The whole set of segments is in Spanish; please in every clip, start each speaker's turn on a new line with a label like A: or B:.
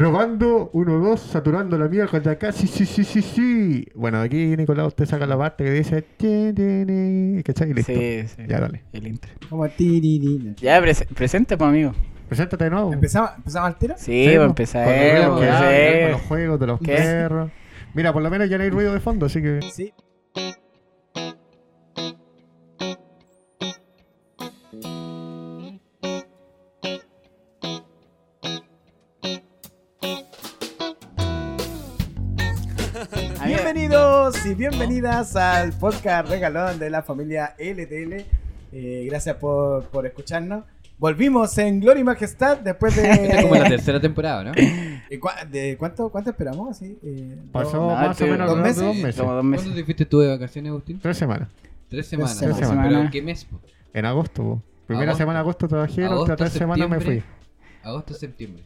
A: Probando, 1-2, saturando la mierda de acá, sí, sí, sí, sí, sí. Bueno, aquí Nicolás, usted saca la parte que dice... "Ti, ti, ti", ¿Cachai? Y listo.
B: Sí, sí.
A: Ya, dale.
B: El intro.
C: Como tiririna.
B: Ya, prese- presente, pues, amigo.
A: Preséntate de nuevo.
C: ¿Empezamos, ¿Empezamos al tiro?
B: Sí,
A: Sí,
B: pues
A: po.
B: empezar.
A: Con los ruidos que
B: pues,
A: hay,
B: sí.
A: con los juegos de los
B: ¿Qué?
A: perros. Mira, por lo menos ya no hay ruido de fondo, así que...
C: Sí.
B: A mí-
C: Bienvenidos y bienvenidas al podcast regalón de la familia LTL. Eh, gracias por, por escucharnos. Volvimos en Gloria y Majestad después
D: Esta es como la
C: de.
D: tercera temporada, ¿no?
C: ¿Y cua- de cuánto, ¿Cuánto esperamos? Sí, eh,
A: Pasó
C: dos-
B: No,
A: más o
B: estoy-
A: menos alrededor
C: ¿Dos
A: de
C: meses?
A: dos meses.
B: Como dos meses.
D: ¿Cuándo te fuiste tú de vacaciones, Agustín?
A: Tres semanas.
D: Tres semanas.
C: Tres
A: semanas.
D: ¿Pero qué mes? po?
A: En agosto, po. Primera
D: Agosto.
A: semana de agosto trabajé, la
D: Agosto,
A: otra tres semanas me fui.
D: septiembre. Agosto, septiembre.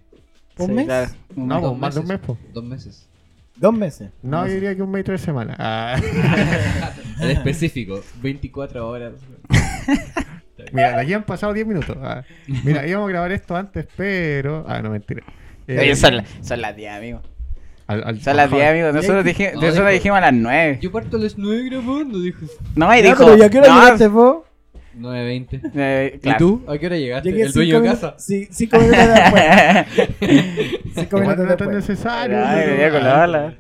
C: ¿Un
B: Sí,
C: mes?
B: claro, un
A: No,
B: mes.
A: po, más de un mes, po.
D: Dos meses.
C: Dos meses.
A: No, yo diría que un mes y tres semanas. Ah,
D: En específico, 24 horas.
A: mira, de aquí han pasado 10 minutos. Ah, mira, íbamos a grabar esto antes, pero... Ah, no, mentira. Eh,
B: Oye, son, la- son las 10, amigo.
A: al- al-
B: Son las
A: ajá.
B: 10, amigo. Nosotros, dijimos,
D: No,
B: nosotros
D: dijo-
B: dijimos a las 9.
D: Yo parto a las 9 grabando, dijo.
B: No, y
C: Ya,
B: dijo.
C: pero ¿y a qué hora
B: no,
C: llegaste vos?
D: 9.20.
B: eh,
D: ¿Y
B: claro.
D: tú? ¿A qué hora llegaste? El dueño de
C: minutos-
D: casa.
C: Sí, cinco minutos después. Cinco
A: Igual
C: minutos
A: no es tan
C: después.
A: necesario.
B: Ay,
A: pero- ah,
B: ya con la bala.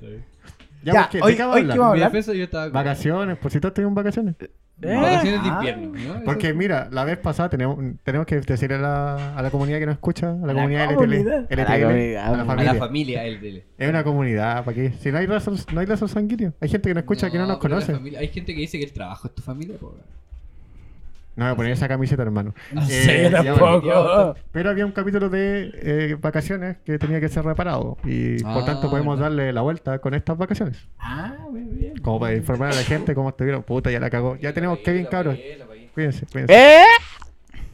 A: Ya,
C: Ya,
A: ¿por qué? ¿De
C: hoy-
A: qué vamos a
C: hoy
A: hablar?
C: qué vamos a
D: Ah, Mi
C: hablar?
D: defensa yo estaba...
A: Vacaciones, por si todos tuvieron vacaciones.
B: Eh,
D: Vacaciones de
C: Ah.
D: invierno, ¿no? Eso-
A: Porque mira, la vez pasada tenemos, tenemos que decirle a la, a la comunidad que nos escucha, a la,
C: la
A: comunidad
C: comunidad.
A: LTL,
B: A la
A: LTL,
B: comunidad,
A: a la
B: a
D: A
A: familia.
D: la familia, el de...
A: Es una comunidad, ¿para qué? Si no hay razón, no hay razón sanguíneo. Hay gente que nos escucha que no nos
D: pero la
A: conoce.
D: familia- Hay gente que dice que el trabajo es tu familia, po.
A: No me ponía esa camiseta, hermano. Eh,
C: Sí,
A: ya, bueno.
C: tampoco.
A: Pero había un capítulo de eh, vacaciones que tenía que ser reparado. Y por
D: Ah,
A: tanto podemos
D: verdad.
A: darle la vuelta con estas vacaciones.
C: Ah, muy bien.
A: Como para informar a la gente cómo estuvieron. Puta, ya la cagó. Ya tenemos Kevin, cabros. Cuídense, cuídense.
B: ¿Eh?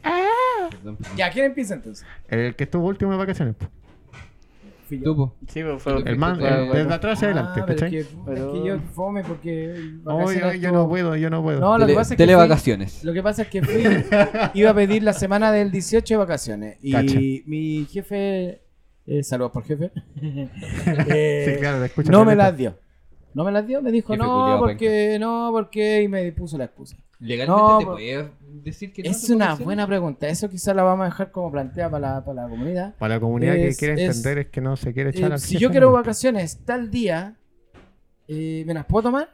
D: Perdón, perdón.
C: Ya, ¿quién empieza entonces?
A: El que estuvo último de vacaciones. po.
C: Fui yo.
D: Tú, po.
B: Sí, pues fue.
A: El man,
D: Claro,
A: el-
D: claro.
A: desde atrás hacia adelante,
C: Ah, pero
A: ¿cachai?
C: Es que,
B: Pero-
C: es que yo fome porque.
A: Ay,
C: vacaciones
A: ay, yo no
C: estuvo-
A: puedo, yo no puedo.
C: No, lo que pasa es que.
D: Televacaciones.
C: fui- Lo que pasa es que fui. iba a pedir la semana del 18 de vacaciones. Y
A: Cacha.
C: mi jefe. eh, saludos por jefe. eh,
A: sí, claro, la escucho.
C: no me
A: caleta.
C: las dio. No me las dio, me dijo
D: Jefe
C: no,
D: culiao,
C: porque, no, porque, y me puso la excusa.
D: Legalmente
C: No,
D: te
C: po-
D: puedes decir que no
C: es
D: te
C: una
D: vacaciones.
C: buena pregunta, eso quizás la vamos a dejar como plantea para la, para la comunidad.
A: Para la comunidad que
C: Es-
A: quiere
C: es-
A: entender es que no se quiere echar
C: Eh,
A: al
C: si
A: jefe,
C: yo quiero
A: ¿no?
C: vacaciones tal día, eh, ¿me las puedo tomar?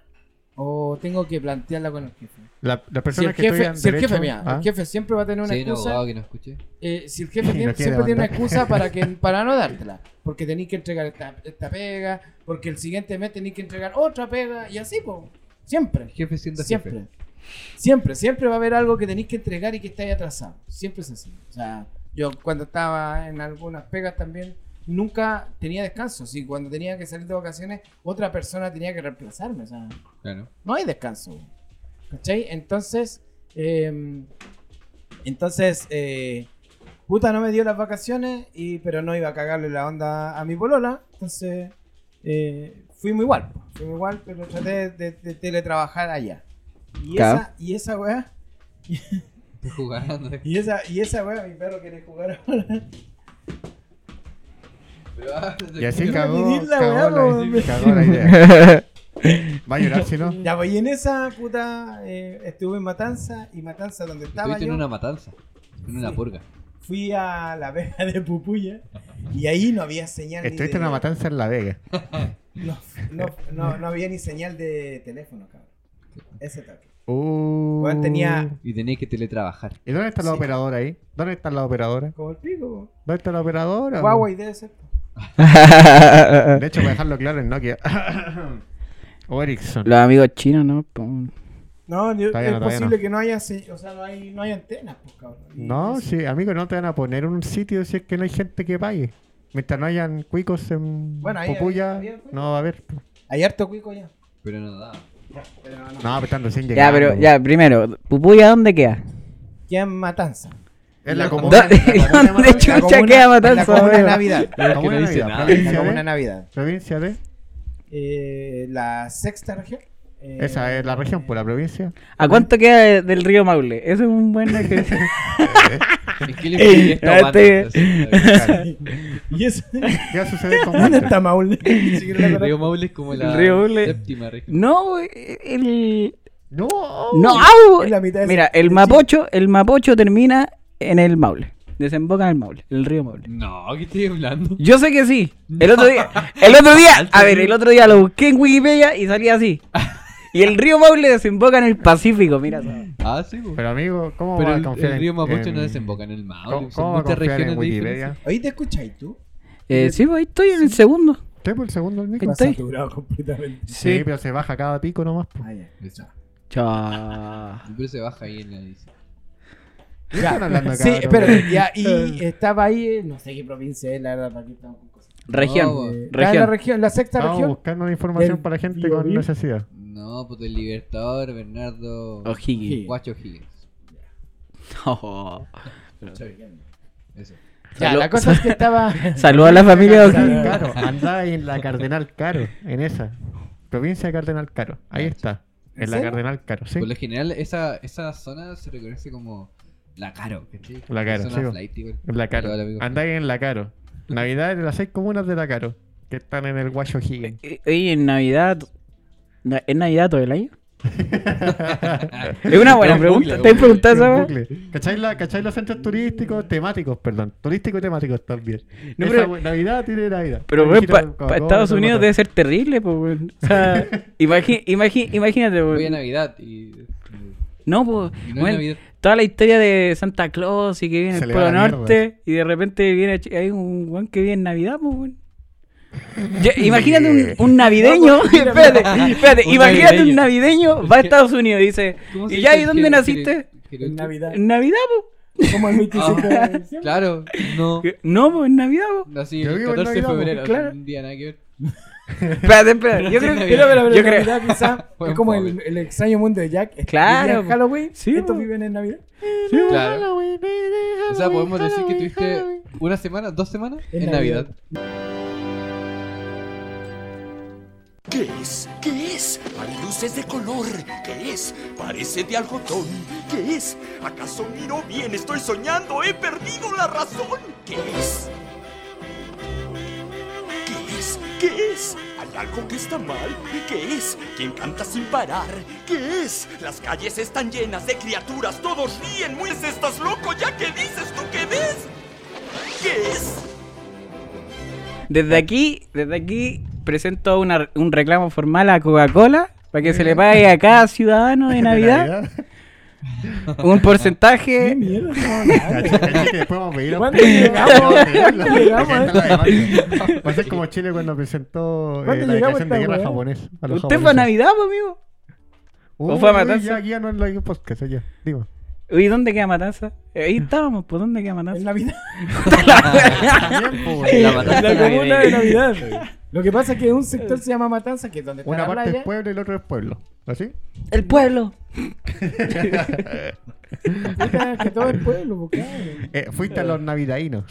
C: ¿O tengo que plantearla con el jefe?
A: La, las
C: Si
A: personas
C: el
A: que estudian
C: jefe, si el
A: derecho,
C: jefe, mira,
A: ¿ah?
C: el jefe siempre va a tener una
D: Sí, un
C: excusa.
D: abogado que no escuché.
C: eh, si el jefe
A: No
C: tiene-
A: quiere
C: siempre tiene una
A: mandar.
C: excusa para que para no dártela. Porque tenéis que entregar esta, esta pega, porque el siguiente mes tenéis que entregar otra pega, y así, pues. Siempre.
D: El jefe siendo
C: Siempre.
D: jefe.
C: Siempre, siempre va a haber algo que tenéis que entregar y que estáis atrasado. Siempre es así. O sea, yo cuando estaba en algunas pegas también, nunca tenía descanso. Y cuando tenía que salir de vacaciones, otra persona tenía que reemplazarme. O sea,
D: Claro.
C: no hay descanso. ¿Cachai? Entonces, eh, entonces, eh, puta no me dio las vacaciones, y, pero no iba a cagarle la onda a mi polola. Entonces, eh, fuimos igual. po. Fuimos igual, pero traté de, de teletrabajar allá. Y
D: Claro.
C: esa, y esa weá,
D: Estoy jugando.
C: y esa, y esa weá, mi perro quiere jugar ahora.
D: ah,
A: Y así
C: Quiero
A: cagó,
C: dividir la
A: cagó,
C: weá,
A: la,
C: po.
A: cagó la idea. Va a llorar si no.
C: Ya, pues, y en esa puta eh, estuve en Matanza, y Matanza donde estaba
D: Estuviste en
C: yo.
D: una matanza. En una
C: Sí.
D: purga.
C: fui a la vega de Pupuya y ahí no había señal. ni
A: Estuviste
C: de-
A: en una matanza en La Vega.
C: No, no, no, no había ni señal de teléfono, cabrón. Ese toque.
A: Uh.
C: Weón, tenía-
D: Y tenías que teletrabajar.
A: ¿Y dónde está la
C: Sí.
A: operadora ahí? ¿Dónde está la operadora?
C: Como el pico.
A: ¿Dónde está la operadora?
C: po. Huawei debe ser. pues. po.
A: De hecho, para dejarlo claro en Nokia. o Ericsson.
B: Los amigos chinos, ¿no? Pum.
C: No, yo-
A: Todavía
C: es
A: no, todavía
C: posible que no haya, se- o sea, no hay, no hay antenas, pues, cabrón. Y-
A: No,
C: y-
A: sí, amigo, no te van a poner un sitio si es que no hay gente que pague. Mientras no hayan cuicos en
C: Bueno, ahí
A: Popuya,
C: había- había-
A: no va a haber.
C: Hay harto cuico ya.
D: Pero no daba.
C: Pero no.
A: No, pero están recién
B: Ya,
A: llegando.
B: pero, ya, primero, ¿Pupuya dónde queda?
C: Queda en Matanza.
A: Es la comuna.
B: ¿Dónde,
A: la comuna
B: dónde
A: más-
C: La
B: chucha
C: comuna-
B: queda
C: La
B: Matanza?
C: comuna
B: weón?
C: Navidad.
D: Pero
A: comuna
D: es
A: Navidad,
D: que no dice nada.
A: ¿vale?
C: La comuna Navidad.
A: Provincia de.
C: Eh, la sexta región. eh,
A: Esa es la pues. región, por la provincia.
B: ¿A cuánto queda de- del río Maule? Eso es un buen ejercicio.
D: Es que le pedí esta guata,
B: Este-
D: entonces,
E: ¿Y eso?
A: ¿Qué va a suceder con
E: ¿Dónde
A: Walter?
E: está Maule? Ni siquiera
D: El
E: la
D: Río
E: conozco.
D: Maule es como la
B: El río Maule.
D: séptima región.
B: No, el.
A: No.
B: No, au.
E: Oh, Es la mitad de-
B: Mira,
E: de
B: el
E: Chile.
B: Mapocho, el Mapocho termina en el Maule. Desemboca en el Maule, el río Maule.
D: No, ¿qué estoy hablando?
B: Yo sé que sí. El otro día, el otro día, a ver, el otro día lo busqué en Wikipedia y salía así. Y el río Maule desemboca en el Pacífico, mira.
E: Mm.
B: ¿sabes?
D: Ah, sí, pues.
A: Pero amigo, ¿cómo
D: Pero
A: va a
D: el,
A: confiar
D: el
A: en-
D: río Mapocho
A: en-
D: no desemboca en el Maule.
A: ¿Cómo,
D: Son
A: cómo va a
D: muchas
A: confiar
D: regiones
A: en
D: de diferencia.
A: Wikipedia?
E: Oye, ¿te escucháis tú?
B: Eh, sí, pues ahí estoy en el segundo.
A: ¿Usted por el segundo Nico?
E: Está
B: Estoy.
E: saturado completamente.
A: Sí, pero se baja cada pico nomás. po.
E: Ah, ya. ya.
B: Chao.
D: Siempre se baja ahí en la dice.
A: ¿Qué están hablando acá?
E: Sí,
A: bro?
E: espérate, ya, y estaba ahí, eh, no sé qué provincia es, la verdad, para qué estamos con cosas.
B: Región,
D: No,
E: Eh, está en la
B: región.
E: región, la sexta
A: Estamos
E: región.
A: buscando la información
E: del
A: para gente
E: Bío
A: con
E: Bío.
A: necesidad.
D: No, pues el Libertador, Bernardo.
B: O'Higgins.
D: Guacho Higgins.
B: Oh.
D: Eso.
E: Ya,
B: Salud.
E: la cosa es que estaba.
B: Saluda a la familia
A: Cardenal
B: O'Higgins.
A: Caro, andá en la Cardenal Caro, en esa. Provincia de Cardenal Caro. Ahí está. En la
E: serio?
A: Cardenal Caro, sí.
D: Por lo general, esa, esa zona se reconoce como la caro. ¿cachai?
A: La Caro,
D: Zona
A: sí, po.
D: flight, igual.
A: En la Caro.
D: Hola, amigo.
A: Andá en la Caro. Navidad en las seis comunas de la Caro. Que están en el Guacho Higgins.
B: Eh, Oye, en Navidad. na- ¿Es Navidad todo el año? es una buena
D: Es
B: pregunta. ¿Te
D: bucle,
B: has
D: bucle.
B: preguntado esa
A: En
B: weá?
A: bucle. ¿Cachai, la- cachai los centros turísticos temáticos, perdón? Turísticos y temáticos también.
B: No,
A: Esa
B: pero-
A: we- Navidad tiene Navidad.
B: Pero,
A: Hay
B: weón,
A: gira
B: para
A: con Coca-Cola,
B: Estados
A: con
B: Unidos
A: otra.
B: debe ser terrible, pues, weón. O sea, imagi- imagi- imagínate,
D: Voy a
B: weón.
D: Navidad y.
B: No, pues,
D: Y no es
B: weón,
D: Navidad.
B: toda la historia de Santa Claus y que viene
A: Se
B: el
A: le va
B: Polo
A: la
B: Norte y de repente viene ch- hay un weón que vive en Navidad, pues, weón. Ya, imagínate un, un navideño, espérate, espérate,
D: Un
B: imagínate un navideño va a Estados Unidos y dice,
D: ¿Cómo se
B: ¿y ya
D: dice
B: y
D: el
B: dónde
D: jere-
B: naciste?
D: jere- jere-
E: En Navidad.
B: En Navidad, pues.
E: Como el 27 de diciembre.
D: Claro, no.
B: No, pues, en Navidad, pues.
D: Nací
A: Yo
D: el
A: vivo en
D: 14 de
A: Navidad,
D: febrero.
A: porque, claro.
D: Un día nada que ver.
B: Espérate, espérate, yo creo
E: Pero, pero, pero
B: Yo
E: en
B: creo-
E: Navidad quizá
D: Fue
E: es
D: un
E: como
D: pobre.
E: el, el extraño mundo de Jack. Este,
B: Claro,
E: vivían en Halloween,
B: sí, pues.
E: estos
B: po.
E: viven en Navidad.
D: Claro.
A: Halloween, baby,
D: O sea, podemos
A: Halloween,
D: decir que
A: Halloween.
D: tuviste una semana, dos semanas
E: En
D: en,
E: Navidad.
D: Navidad.
F: ¿Qué es? ¿Qué es? Hay luces de color. ¿Qué es? Parece de algodón. ¿Qué es? ¿Acaso miro bien? Estoy soñando. He perdido la razón. ¿Qué es? ¿Qué es? ¿Qué es? ¿Hay algo que está mal? ¿Qué es? ¿Quién canta sin parar? ¿Qué es? Las calles están llenas de criaturas. Todos ríen. Muy estás loco. ¿Ya que dices tú qué ves? ¿Qué es?
B: Desde aquí, desde aquí presento una- un reclamo formal a Coca-Cola para que se le pague a cada ciudadano de Navidad un porcentaje.
E: Mierda, no,
A: Cacha,
E: nada.
A: cacha que después vamos a pedir a-
E: ¿Cuándo llegamos?
A: Vamos a pedirla,
E: ¿Cuándo llegamos a
A: porque está la demanda. Va a ser como Chile cuando presentó eh,
E: ¿Cuándo
A: la
E: llegamos
A: declaración de
E: a esta
A: guerra
E: weá?
A: japonés. a los
B: ¿Usted fue a
A: japoneses.
B: Navidad, pues, amigo? ¿O
A: Uy,
B: fue a Matanza?
A: Ya, ya no es la podcast, ya. Digo.
B: Uy, ¿dónde queda Matanza? Eh, Ahí estábamos, pues, ¿dónde queda
E: En
B: Matanza?
E: Navidad.
A: También, pues, po, weón.
D: La
E: La
D: matanza
E: comuna de
D: navideña.
E: Navidad. Lo que pasa es que un sector se llama Matanza, que es donde está
A: Una
E: la
A: parte
E: playa.
A: es pueblo y el otro es pueblo. ¿Así?
B: El pueblo.
E: Puta, que todo el pueblo, po, claro.
A: Eh, fuiste a los navidaínos.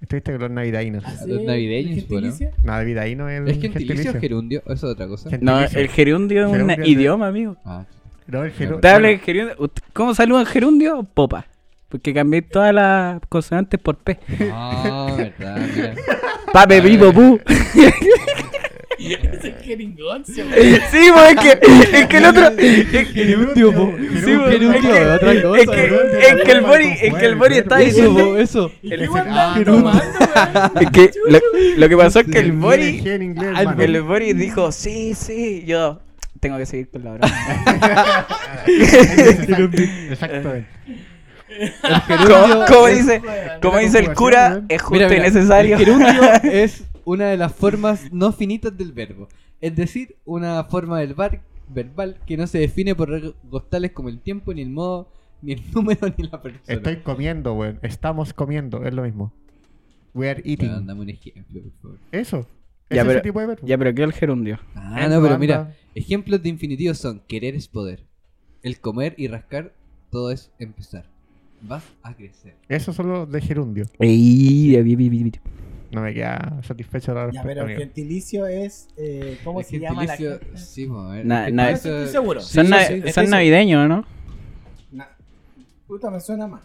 A: Estuviste con los navidaínos.
E: Así
D: los
E: es,
D: navideños,
E: gente
D: po, ¿no?
E: inicia.
A: Navidaíno es el
D: ¿Es gentilicio o
A: gentilicio.
D: gerundio? ¿O Eso es otra cosa.
A: Gen-
B: No,
A: Gentilicio.
B: el gerundio es un
A: Gerundio es de-
B: idioma, amigo.
D: Ah,
A: No, el geru-
B: Te habla el gerundio. ¿Usted- ¿Cómo saludan gerundio? Popa. Porque cambié todas las consonantes por P.
D: ah verdad. mira.
B: Pape, vivo, pu.
E: Ese jeringoncio, po.
B: Sí, pues, es que, es que el otro. es que-
A: Gerundio, po.
B: Sí,
A: Gerundio,
B: pues,
D: Gerundio,
B: es que-
D: otra
B: es
D: cosa,
B: que-
A: gerundio,
B: es que el
A: gerundio,
B: Bori,
A: con
B: es que el
A: fuego,
B: Bori está
A: gerundio.
B: diciendo.
D: Eso, eso.
E: ¿Y
A: El
E: qué
A: ese-
E: weón
A: ah,
E: andaban
A: gerundio.
E: tomando, weón?
B: Es que lo, lo que pasó es que el Bori,
A: Dije en inglés,
B: al-
A: hermano.
B: el Bori dijo, sí, sí, yo tengo que seguir con la broma.
A: Exacto- Exactamente.
D: El gerundio
B: como, como
D: es-
B: dice, como
A: Una
B: dice el cura,
A: conjugación,
B: es justo
D: Mira,
B: y
D: mira,
B: necesario.
D: El gerundio es una de las formas no finitas del verbo. Es decir, una forma del bar- verbal que no se define por rasgos tales como el tiempo, ni el modo, ni el número, ni la persona.
A: Estoy comiendo, weón. Estamos comiendo, es lo mismo. We are eating.
D: Bueno, Ah, dame un ejemplo, por favor.
A: Eso. Es
B: Ya,
A: ese
B: pero-
A: tipo de verbo.
B: Ya, pero ¿qué es el gerundio?
D: Ah,
A: Eso,
D: no, pero
A: anda.
D: mira, ejemplos de infinitivos son querer es poder. El comer y rascar, todo es empezar. Vas a crecer.
A: Eso solo de gerundio. No me queda satisfecho la
E: Ya,
A: respuesta.
E: pero el
A: amigo.
E: gentilicio es. eh, ¿Cómo
D: El
E: se llama la
D: gentilicio-
E: gente?
D: Sí, vamos a ver.
B: Na-
D: El
B: na-
D: gentilicio-
E: Estoy seguro.
D: Sí,
B: Son,
D: sí,
B: na-
D: sí.
B: son navideños, ¿no?
E: Na- Puta, me suena más.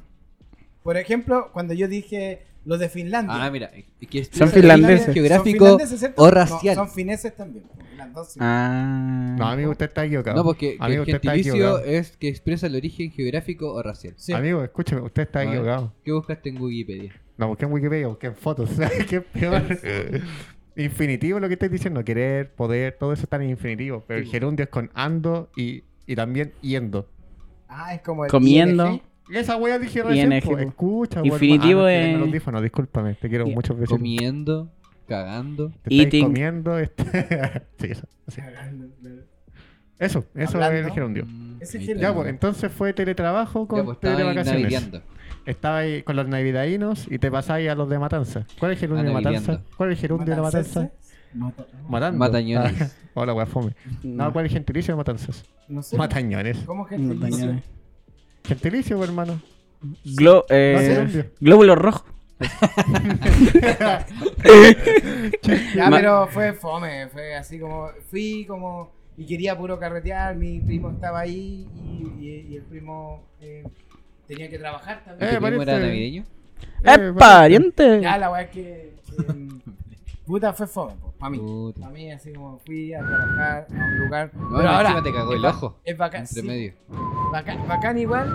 E: Por ejemplo, cuando yo dije lo de Finlandia.
D: Ah, mira, es que
B: Son
D: explica
B: finlandeses.
D: el
E: ¿Son
D: geográfico
E: finlandeses, cierto?
D: o
E: No,
D: racial.
E: son fineses también. po, las dos sí.
B: Ah.
A: No, amigo, usted está equivocado.
D: No, porque
A: amigo,
D: el
A: usted está equivocado.
D: gentilicio es que expresa el origen geográfico o racial.
E: Sí.
A: Amigo, escúcheme, usted está
D: A ver,
A: equivocado.
D: ¿Qué buscaste en Wikipedia?
A: No, busqué en Wikipedia, busqué en fotos. Qué peor. infinitivo lo que estáis diciendo. Querer, poder, todo eso está en infinitivo. Pero el
D: Sí.
A: gerundio es con ando y, y también yendo.
E: Ah, es como el
B: Comiendo.
E: ING.
A: Y esa wea dije recién.
B: ING,
A: po,
B: po.
A: escucha,
B: Infinitivo
A: es.
B: es-
A: los audífonos, discúlpame, te quiero
B: Y-
A: mucho. besito.
D: Comiendo, cagando.
A: Te estáis
B: Eating.
A: comiendo. este- sí, eso. sí. Eso, eso es
E: Hablando.
A: el gerundio.
D: mm,
E: Ese
D: ahí
E: gel-
D: está.
A: Ya, pues, entonces fue teletrabajo
D: Ya,
A: con
D: pues, estaba ahí
A: televacaciones.
D: navideando.
A: Estabais con los navidaínos y te pasáis a los de Matanza. ¿Cuál es el gerundio de
D: Navideando.
A: Matanza? ¿Cuál es el gerundio de la Matanza?
E: ¿Matanceses? Mata-
A: Matando.
D: Matañones.
A: Ah, hola, wea fome. No, ¿cuál es el gentilicio de Matanzas?
E: No sé.
A: Matañones.
E: ¿Cómo que
B: Matañones.
A: Gentilicio, pues, hermano.
B: Glo- eh,
A: No, gerundio.
B: glóbulo rojo.
E: Eh, Ya,
B: Ma-
E: pero fue fome, fue así como, fui como, y quería puro carretear, mi primo estaba ahí y, y- y el primo eh, tenía que trabajar
D: ¿Tu
A: Eh,
E: también.
D: primo era
A: parece-
D: navideño?
B: ¡Es
A: Eh,
B: pariente!
E: Ya, la weá es que, em, puta, fue fome, para mí.
D: Puta.
E: Para mí, así como fui a trabajar a un lugar.
D: No,
E: pero
D: encima
E: ahora,
D: te cagó
E: es
D: el
E: ba-
D: ojo.
E: Es bacán,
D: Entre
E: sí,
D: medio.
E: bacán, bacán igual,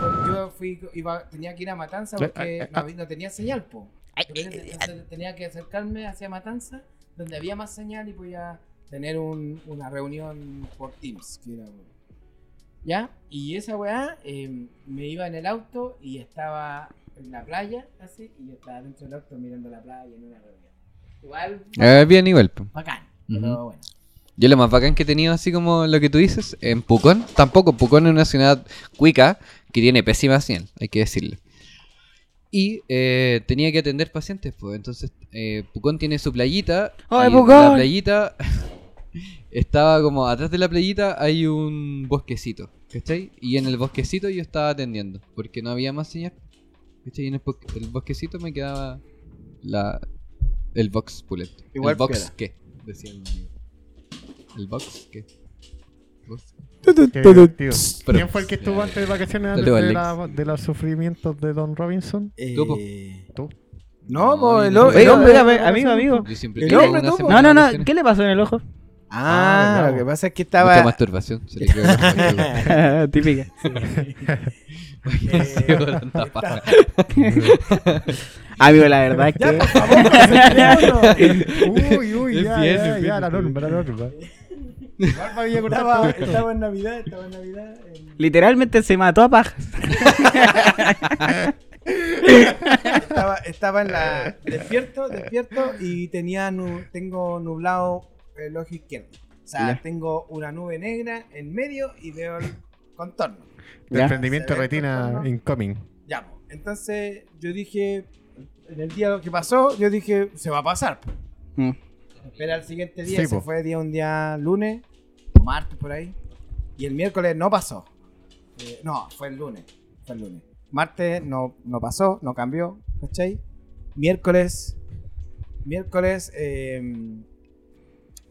E: porque yo fui, iba, tenía que ir a Matanza
A: Ay,
E: porque
A: ay,
E: no, había- no tenía señal, po.
F: Eh,
C: eh,
E: Entonces tenía que acercarme hacia Matanza, donde había más señal y podía tener un- una reunión por Teams, que era, ¿Ya? Y esa weá eh, me iba en el auto y estaba en la playa, así, y yo estaba dentro del auto mirando la playa en una reunión. Igual,
D: Eh, bien igual. po.
E: bacán,
D: Ujú.
E: pero bueno.
D: Yo lo más bacán que he tenido, así como lo que tú dices, en Pucón, tampoco. Pucón es una ciudad cuica que tiene pésima señal, hay que decirlo. Y eh, tenía que atender pacientes, pues. Entonces, eh, Pucón tiene su playita.
B: ¡Ay,
D: y en
B: Pucón!
D: La playita estaba como atrás de la playita hay un bosquecito, ¿cachai? Y en el bosquecito yo estaba atendiendo, porque no había más señal. ¿cachai? Y en el, bosque- el bosquecito me quedaba la, el box bullet.
E: Igual
D: el box
E: piola.
D: qué, decía el amigo. ¿El box qué? ¿Box?
A: Qué divertido.
D: Pero- eh,
A: ¿Quién fue el que estuvo antes de vacaciones antes
D: Dale,
A: de,
D: Alex.
A: la- de los sufrimientos de Don Robinson?
D: Tú, po.
A: Tú.
E: No,
D: No,
E: po,
D: yo
E: el,
D: no.
E: o- el
B: Oiga,
E: hombre.
B: oiga, ve- amigo, amigo.
D: Yo siempre
E: El
D: tengo
E: hombre,
D: una
E: tú,
D: semana
B: No, no,
D: de
B: no.
D: vacaciones.
B: ¿Qué le pasó en el ojo?
A: Ah,
E: Ah,
A: bravo.
E: lo que pasa es que
D: Mucha
E: estaba.
D: masturbación, se le quedó la boca.
B: Típica.
D: No sé, tanta paja.
B: Amigo, la verdad es que.
A: Uy, uy,
D: Es
A: ya,
D: bien,
A: ya,
D: es
A: ya, la
D: bien.
A: norma, la norma. Norma había cortado
E: Estaba,
A: esto.
E: estaba en Navidad, estaba en Navidad. en-
B: Literalmente se mató a pajas.
E: Estaba, estaba en la. Despierto, despierto y tenía nu- tengo nublado el ojo izquierdo. O sea,
B: Ya.
E: tengo una nube negra en medio y veo el contorno.
B: Ya.
A: Desprendimiento
E: Se ve
A: retina
E: todo, ¿no?
A: incoming.
E: Ya, po. entonces yo dije. En el día que pasó, yo dije, se va a pasar. po.
B: Mm.
E: Pero al siguiente día
A: Sí,
E: se
A: po.
E: fue día un día lunes o martes por ahí. Y el miércoles no pasó. Eh, no, fue el lunes. Fue el lunes. Martes no, no pasó, no cambió, ¿cachai? Miércoles. Miércoles eh,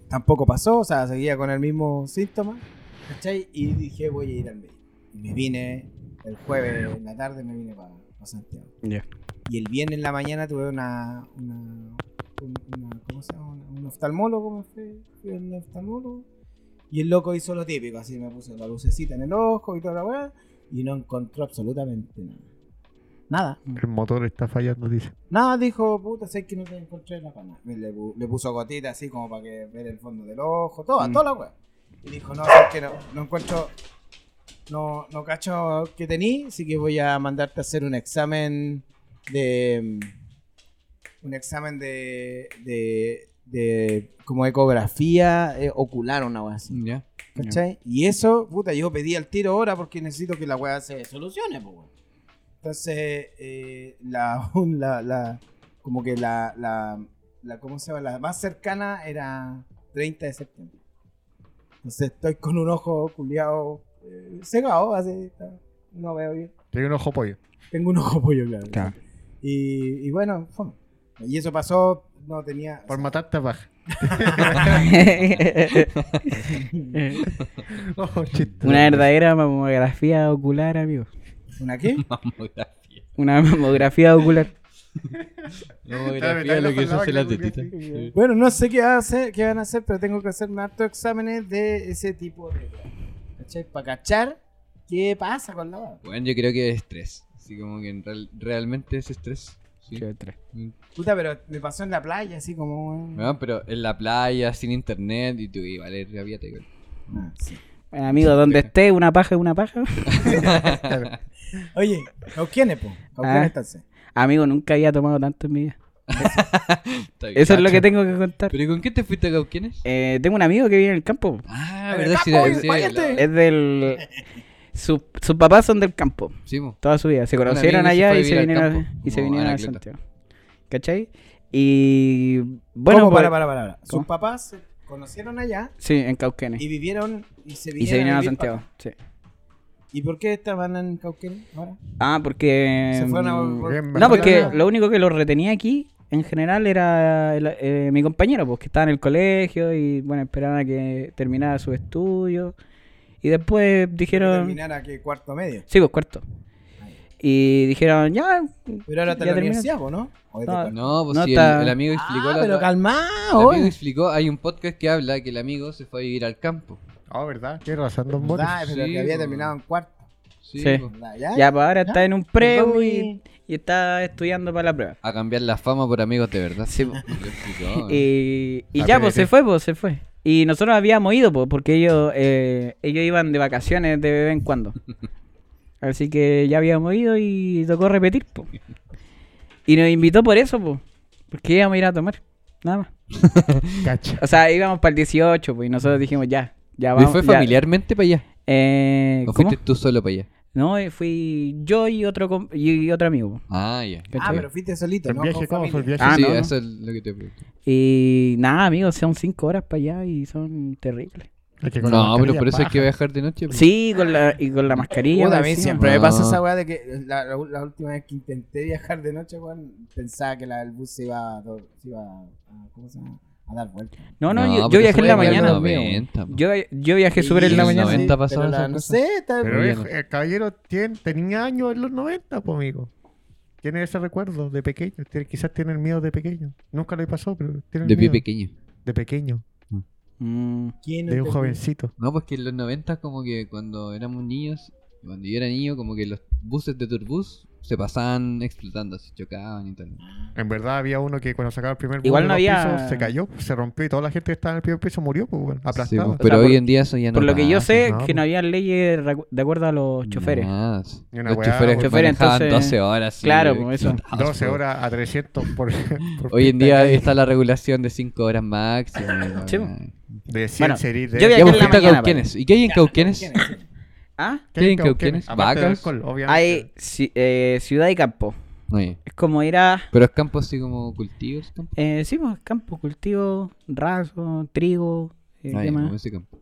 E: tampoco pasó, o sea, seguía con el mismo síntoma, ¿cachai? Y dije, voy a ir al médico. Y me vine el jueves en la tarde, me vine para, Santiago.
B: Ya.
E: Y el viernes en la mañana tuve una. una, un- una- ¿Cómo se llama? Una- un oftalmólogo, me fui, fui al oftalmólogo. Y el loco hizo lo típico, así me puso la lucecita en el ojo y toda la weá. Y no encontró absolutamente nada. Nada.
A: El motor está fallando, dice.
E: Nada, dijo, puta, sé que no te encontré la pana. Le, le pu- le puso gotita así como para que ver el fondo del ojo, toda,
B: Mm.
E: toda la weá. Y dijo, no, sé que no, no encuentro, no, no cacho que tení, así que voy a mandarte a hacer un examen de, mm, un examen de, de, de como ecografía eh, ocular, una weá así.
D: Ya.
E: ¿Cachai? Y eso, puta, yo pedí al tiro ahora porque necesito que la weá se solucione, pues, weón. Entonces, eh, la, un- la, la- como que la, la, la, ¿cómo se llama? La más cercana era 30 de septiembre. Entonces estoy con un ojo culiado, eh, cegado, así, está- no veo bien.
A: Tiene un ojo pollo.
E: Tengo un ojo pollo, claro.
B: Claro.
E: Y, y bueno, fome. Y eso pasó, no tenía...
A: Por matarte a paja. Oh, chiste.
B: Una verdadera mamografía ocular, amigo.
E: ¿Una qué?
D: Mamografía.
B: Una mamografía ocular.
A: Mamografía,
D: Mamografía,
A: lo
D: lo
A: que
D: que
A: se hace
D: se
A: la
D: las
A: tetita.
D: tetitas.
E: Bueno, no sé qué, va a hacer- qué van a hacer, pero tengo que hacerme hartos exámenes de ese tipo de. ¿Cachai? Para cachar qué pasa con la weá.
D: Bueno, yo creo que es estrés. Así como que en real- realmente es estrés. Sí. Mm.
E: Puta, pero me pasó en la playa, así como. weón.
D: Weón, pero en la playa, sin internet, y tú, y vale, rabiate, igual.
E: Ah, sí.
B: Bueno, amigo, donde esté, una paja es una paja.
E: Oye, ¿cauquienes, po?
B: Ah.
E: ¿Cauquienes estás?
B: Amigo, nunca había tomado tanto en mi vida.
D: Está bien.
B: Eso es lo que tengo que contar.
D: ¿Pero ¿y con qué te fuiste a Cauquenes?
B: Eh, tengo un amigo que vive en el campo.
D: Ah,
E: ¡El
D: verdad, sí,
E: campo,
D: sí,
E: valiente!
D: la-
B: Es del. su- sus papás son del campo.
D: sí, mo.
B: Toda su vida. Se
D: Una
B: conocieron allá
D: amiga se fue a
B: y se,
D: vivir al
B: vinieron,
D: campo,
B: y se
D: como
B: vinieron a
D: Anacleta.
B: Santiago. ¿Cachai? Y. Bueno,
E: Bueno,
B: pues-
E: para, para, para. para. Sus
B: ¿Cómo?
E: papás se conocieron allá
B: Sí, en Cauquenes.
E: y
B: Y,
E: vivieron y se vinieron,
B: se vinieron a
E: vivir
B: Santiago.
E: pa' acá.
B: Sí.
E: ¿Y por qué estaban en Cauquenes ahora?
B: Ah, porque.
E: Se fueron a.
B: mm,
E: por-
B: No, porque
E: fueron a-
B: lo único que lo retenía aquí, en general, era el- eh, mi compañero, pues que estaba en el colegio y bueno, esperaban a que terminara sus estudios. Y después dijeron.
E: Terminar aquí cuarto medio.
B: Sí, pues cuarto. Y dijeron, ya.
E: Pero ahora está en
B: ya
E: la
B: terminaste.
E: universidad, po, ¿no? O es de
B: No,
E: cuarto.
D: No, pues
B: No
D: sí, el,
B: está-
D: el amigo explicó.
E: Ah,
D: la-
E: pero
D: la- el
E: calmado.
D: amigo explicó, hay un podcast que habla que el amigo se fue a vivir al campo.
A: Ah, ¿verdad? Qué razón, don Boris.
E: Ay, pero
D: Sí,
E: que había
D: po.
E: terminado en cuarto.
D: Sí,
B: Sí.
D: po.
E: ¿Verdad? ¿Ya?
B: Ya, pues ahora está en un preu
E: Perdón,
B: y,
E: mi-
B: y está estudiando para la prueba.
D: A cambiar la fama por amigos de verdad. Sí,
B: pues.
D: lo explicó.
B: Eh, Y, y
D: Ah,
A: La
B: ya, pues
A: PDT.
B: se fue, pues se fue. Y nosotros habíamos ido, pues, porque ellos, eh, ellos iban de vacaciones de vez en cuando. Así que ya habíamos ido y tocó repetir, pues. Y nos invitó por eso, pues. Porque íbamos a ir a tomar, nada más.
A: Cacha.
B: O sea, íbamos para el 18, pues, y nosotros dijimos, ya, ya
D: ¿Y
B: vamos.
D: fue
B: ya.
D: familiarmente para allá?
B: Eh,
D: ¿O
B: ¿cómo?
D: fuiste tú solo para allá?
B: No, eh, fui yo y otro, com- y otro amigo, po,
D: Ah, ya.
E: Ah,
B: ¿cachai?
E: pero fuiste solito,
A: ¿El
E: ¿no?
A: viaje
E: Con
A: cómo fue el
E: familia.
A: viaje?
B: Ah,
D: sí,
B: no, no.
D: eso es lo que te pregunto.
B: Y nada, amigos, son cinco horas para allá y son terribles.
A: Es que con la
D: No, pero
A: mascarilla
D: por eso hay que
A: baja.
D: viajar de noche. pues.
B: Sí, con la, y con la mascarilla.
E: Puta, a
B: más
E: mí
B: encima.
E: siempre me pasa
D: Ah.
E: esa weá de que la, la- la última vez que intenté viajar de noche, weón, pensaba que la, el bus se iba, a, do- se iba a, a- ¿cómo se llama? a dar vuelta.
B: No, no, yo,
D: pero
B: yo
D: eso
B: viajé en
D: fue
B: la
D: en el
B: mañana.
D: 90, po.
B: Yo, yo viajé
E: Sí,
B: súper en la
D: en el
B: mañana.
D: 90
E: pero
D: pasaba
E: la-
D: esas
E: No
D: cosas.
E: sé, está
A: Pero
D: ya
A: es-
D: no.
A: el caballero tien- tenía años en los 90, pues, amigo. Tiene ese recuerdo de pequeño. Tiene- quizás tiene el miedo de pequeño. Nunca le pasó, pero tiene el
D: De pie
A: miedo
D: pequeño.
A: de pequeño,
B: Mm,
E: ¿Quién
A: de un
E: entendió?
A: jovencito.
D: No, pues que en los 90 como que cuando éramos niños, cuando yo era niño, como que los buses de Turbus se pasaban explotando, se chocaban y tal.
A: En verdad había uno que cuando sacaba el primer
B: Igual
A: bus
B: no
A: de dos
B: había-
A: pisos, se cayó, se rompió y toda la gente que estaba en el primer piso murió, pues, bueno,
D: Sí, pues,
A: aplastada.
B: O
D: pero
B: sea,
D: hoy
B: por-
D: en día eso ya no
B: por lo que yo
D: pasa.
B: sé,
A: no,
B: que
A: po.
B: no había leyes recu- de acuerdo a los choferes.
D: Nada.
A: Y una
D: Los
A: weá,
D: choferes,
A: weón.
B: Choferes,
D: manejaban
B: entonces-
D: 12 horas. sí,
B: Claro, po, eso.
D: explotados,
A: 12
D: po.
A: horas a 300 por, por
D: Hoy en
A: pista ¿eh?
D: día
A: de calle.
D: está la regulación de 5 horas máximo.
B: Sí, pues.
D: ya,
B: po.
A: de 100
B: Bueno,
A: series de
B: yo viajé
D: Ya,
B: en
D: pues
B: la
D: fuiste a
B: mañana,
D: Cauquenes. ¿Y qué hay en Cauquenes?
B: ¿Ah?
A: ¿Qué hay en
D: ¿Qué hay en Cauquenes?
A: Aparte del
D: Vacas.
A: alcohol, obviamente.
B: Hay ci- eh, ciudad y campo.
D: Oye,
B: Es como ir a.
D: Pero es campo así como cultivos. campo.
B: Eh, sí, pues, campo, cultivo, raso, trigo. eh,
D: Ay, pues.
B: ¿qué más?
D: como ese campo.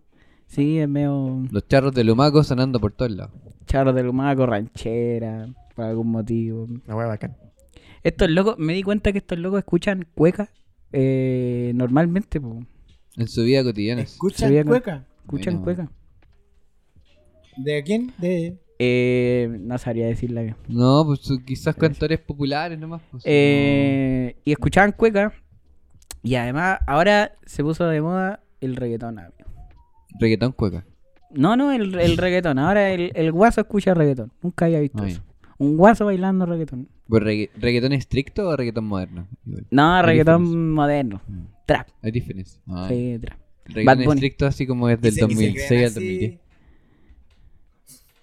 B: Sí, es medio
D: Los charros de Lumaco sonando por todos lados.
B: charro de lumaco, ranchera, por algún motivo.
A: Una hueá bacán.
B: Estos locos, me di cuenta que estos locos escuchan cueca eh, normalmente, po.
D: En su vida cotidiana. sí.
E: ¿Escuchan
B: Sabía que-
E: cueca?
B: Escuchan
D: Buena,
B: cueca.
E: ¿De quién? De...
B: Eh, no sabría decirla bien.
D: No, pues su- quizás cantores populares nomás. pues,
B: Eh, y escuchaban cueca. Y además, ahora se puso de moda el reggaetón, amigo.
D: no. Reggaetón cueca.
B: No, no, el, el reggaetón. Ahora el, el guaso escucha reggaetón. Nunca había visto
D: Ay.
B: eso. Un guaso bailando reggaetón.
D: ¿Pero Pues, regga- ¿Reggaetón estricto o reggaetón moderno? Igual.
B: No,
D: Hay
B: reggaetón moderno.
D: Mm.
B: Trap.
D: Hay diferencia. Ah,
B: Sí, trap. Bad
D: Reggaetón
B: Bunny.
D: estricto así como es
E: y
D: del
E: se- y se
D: 2006
E: creen
D: al 2010.
E: así.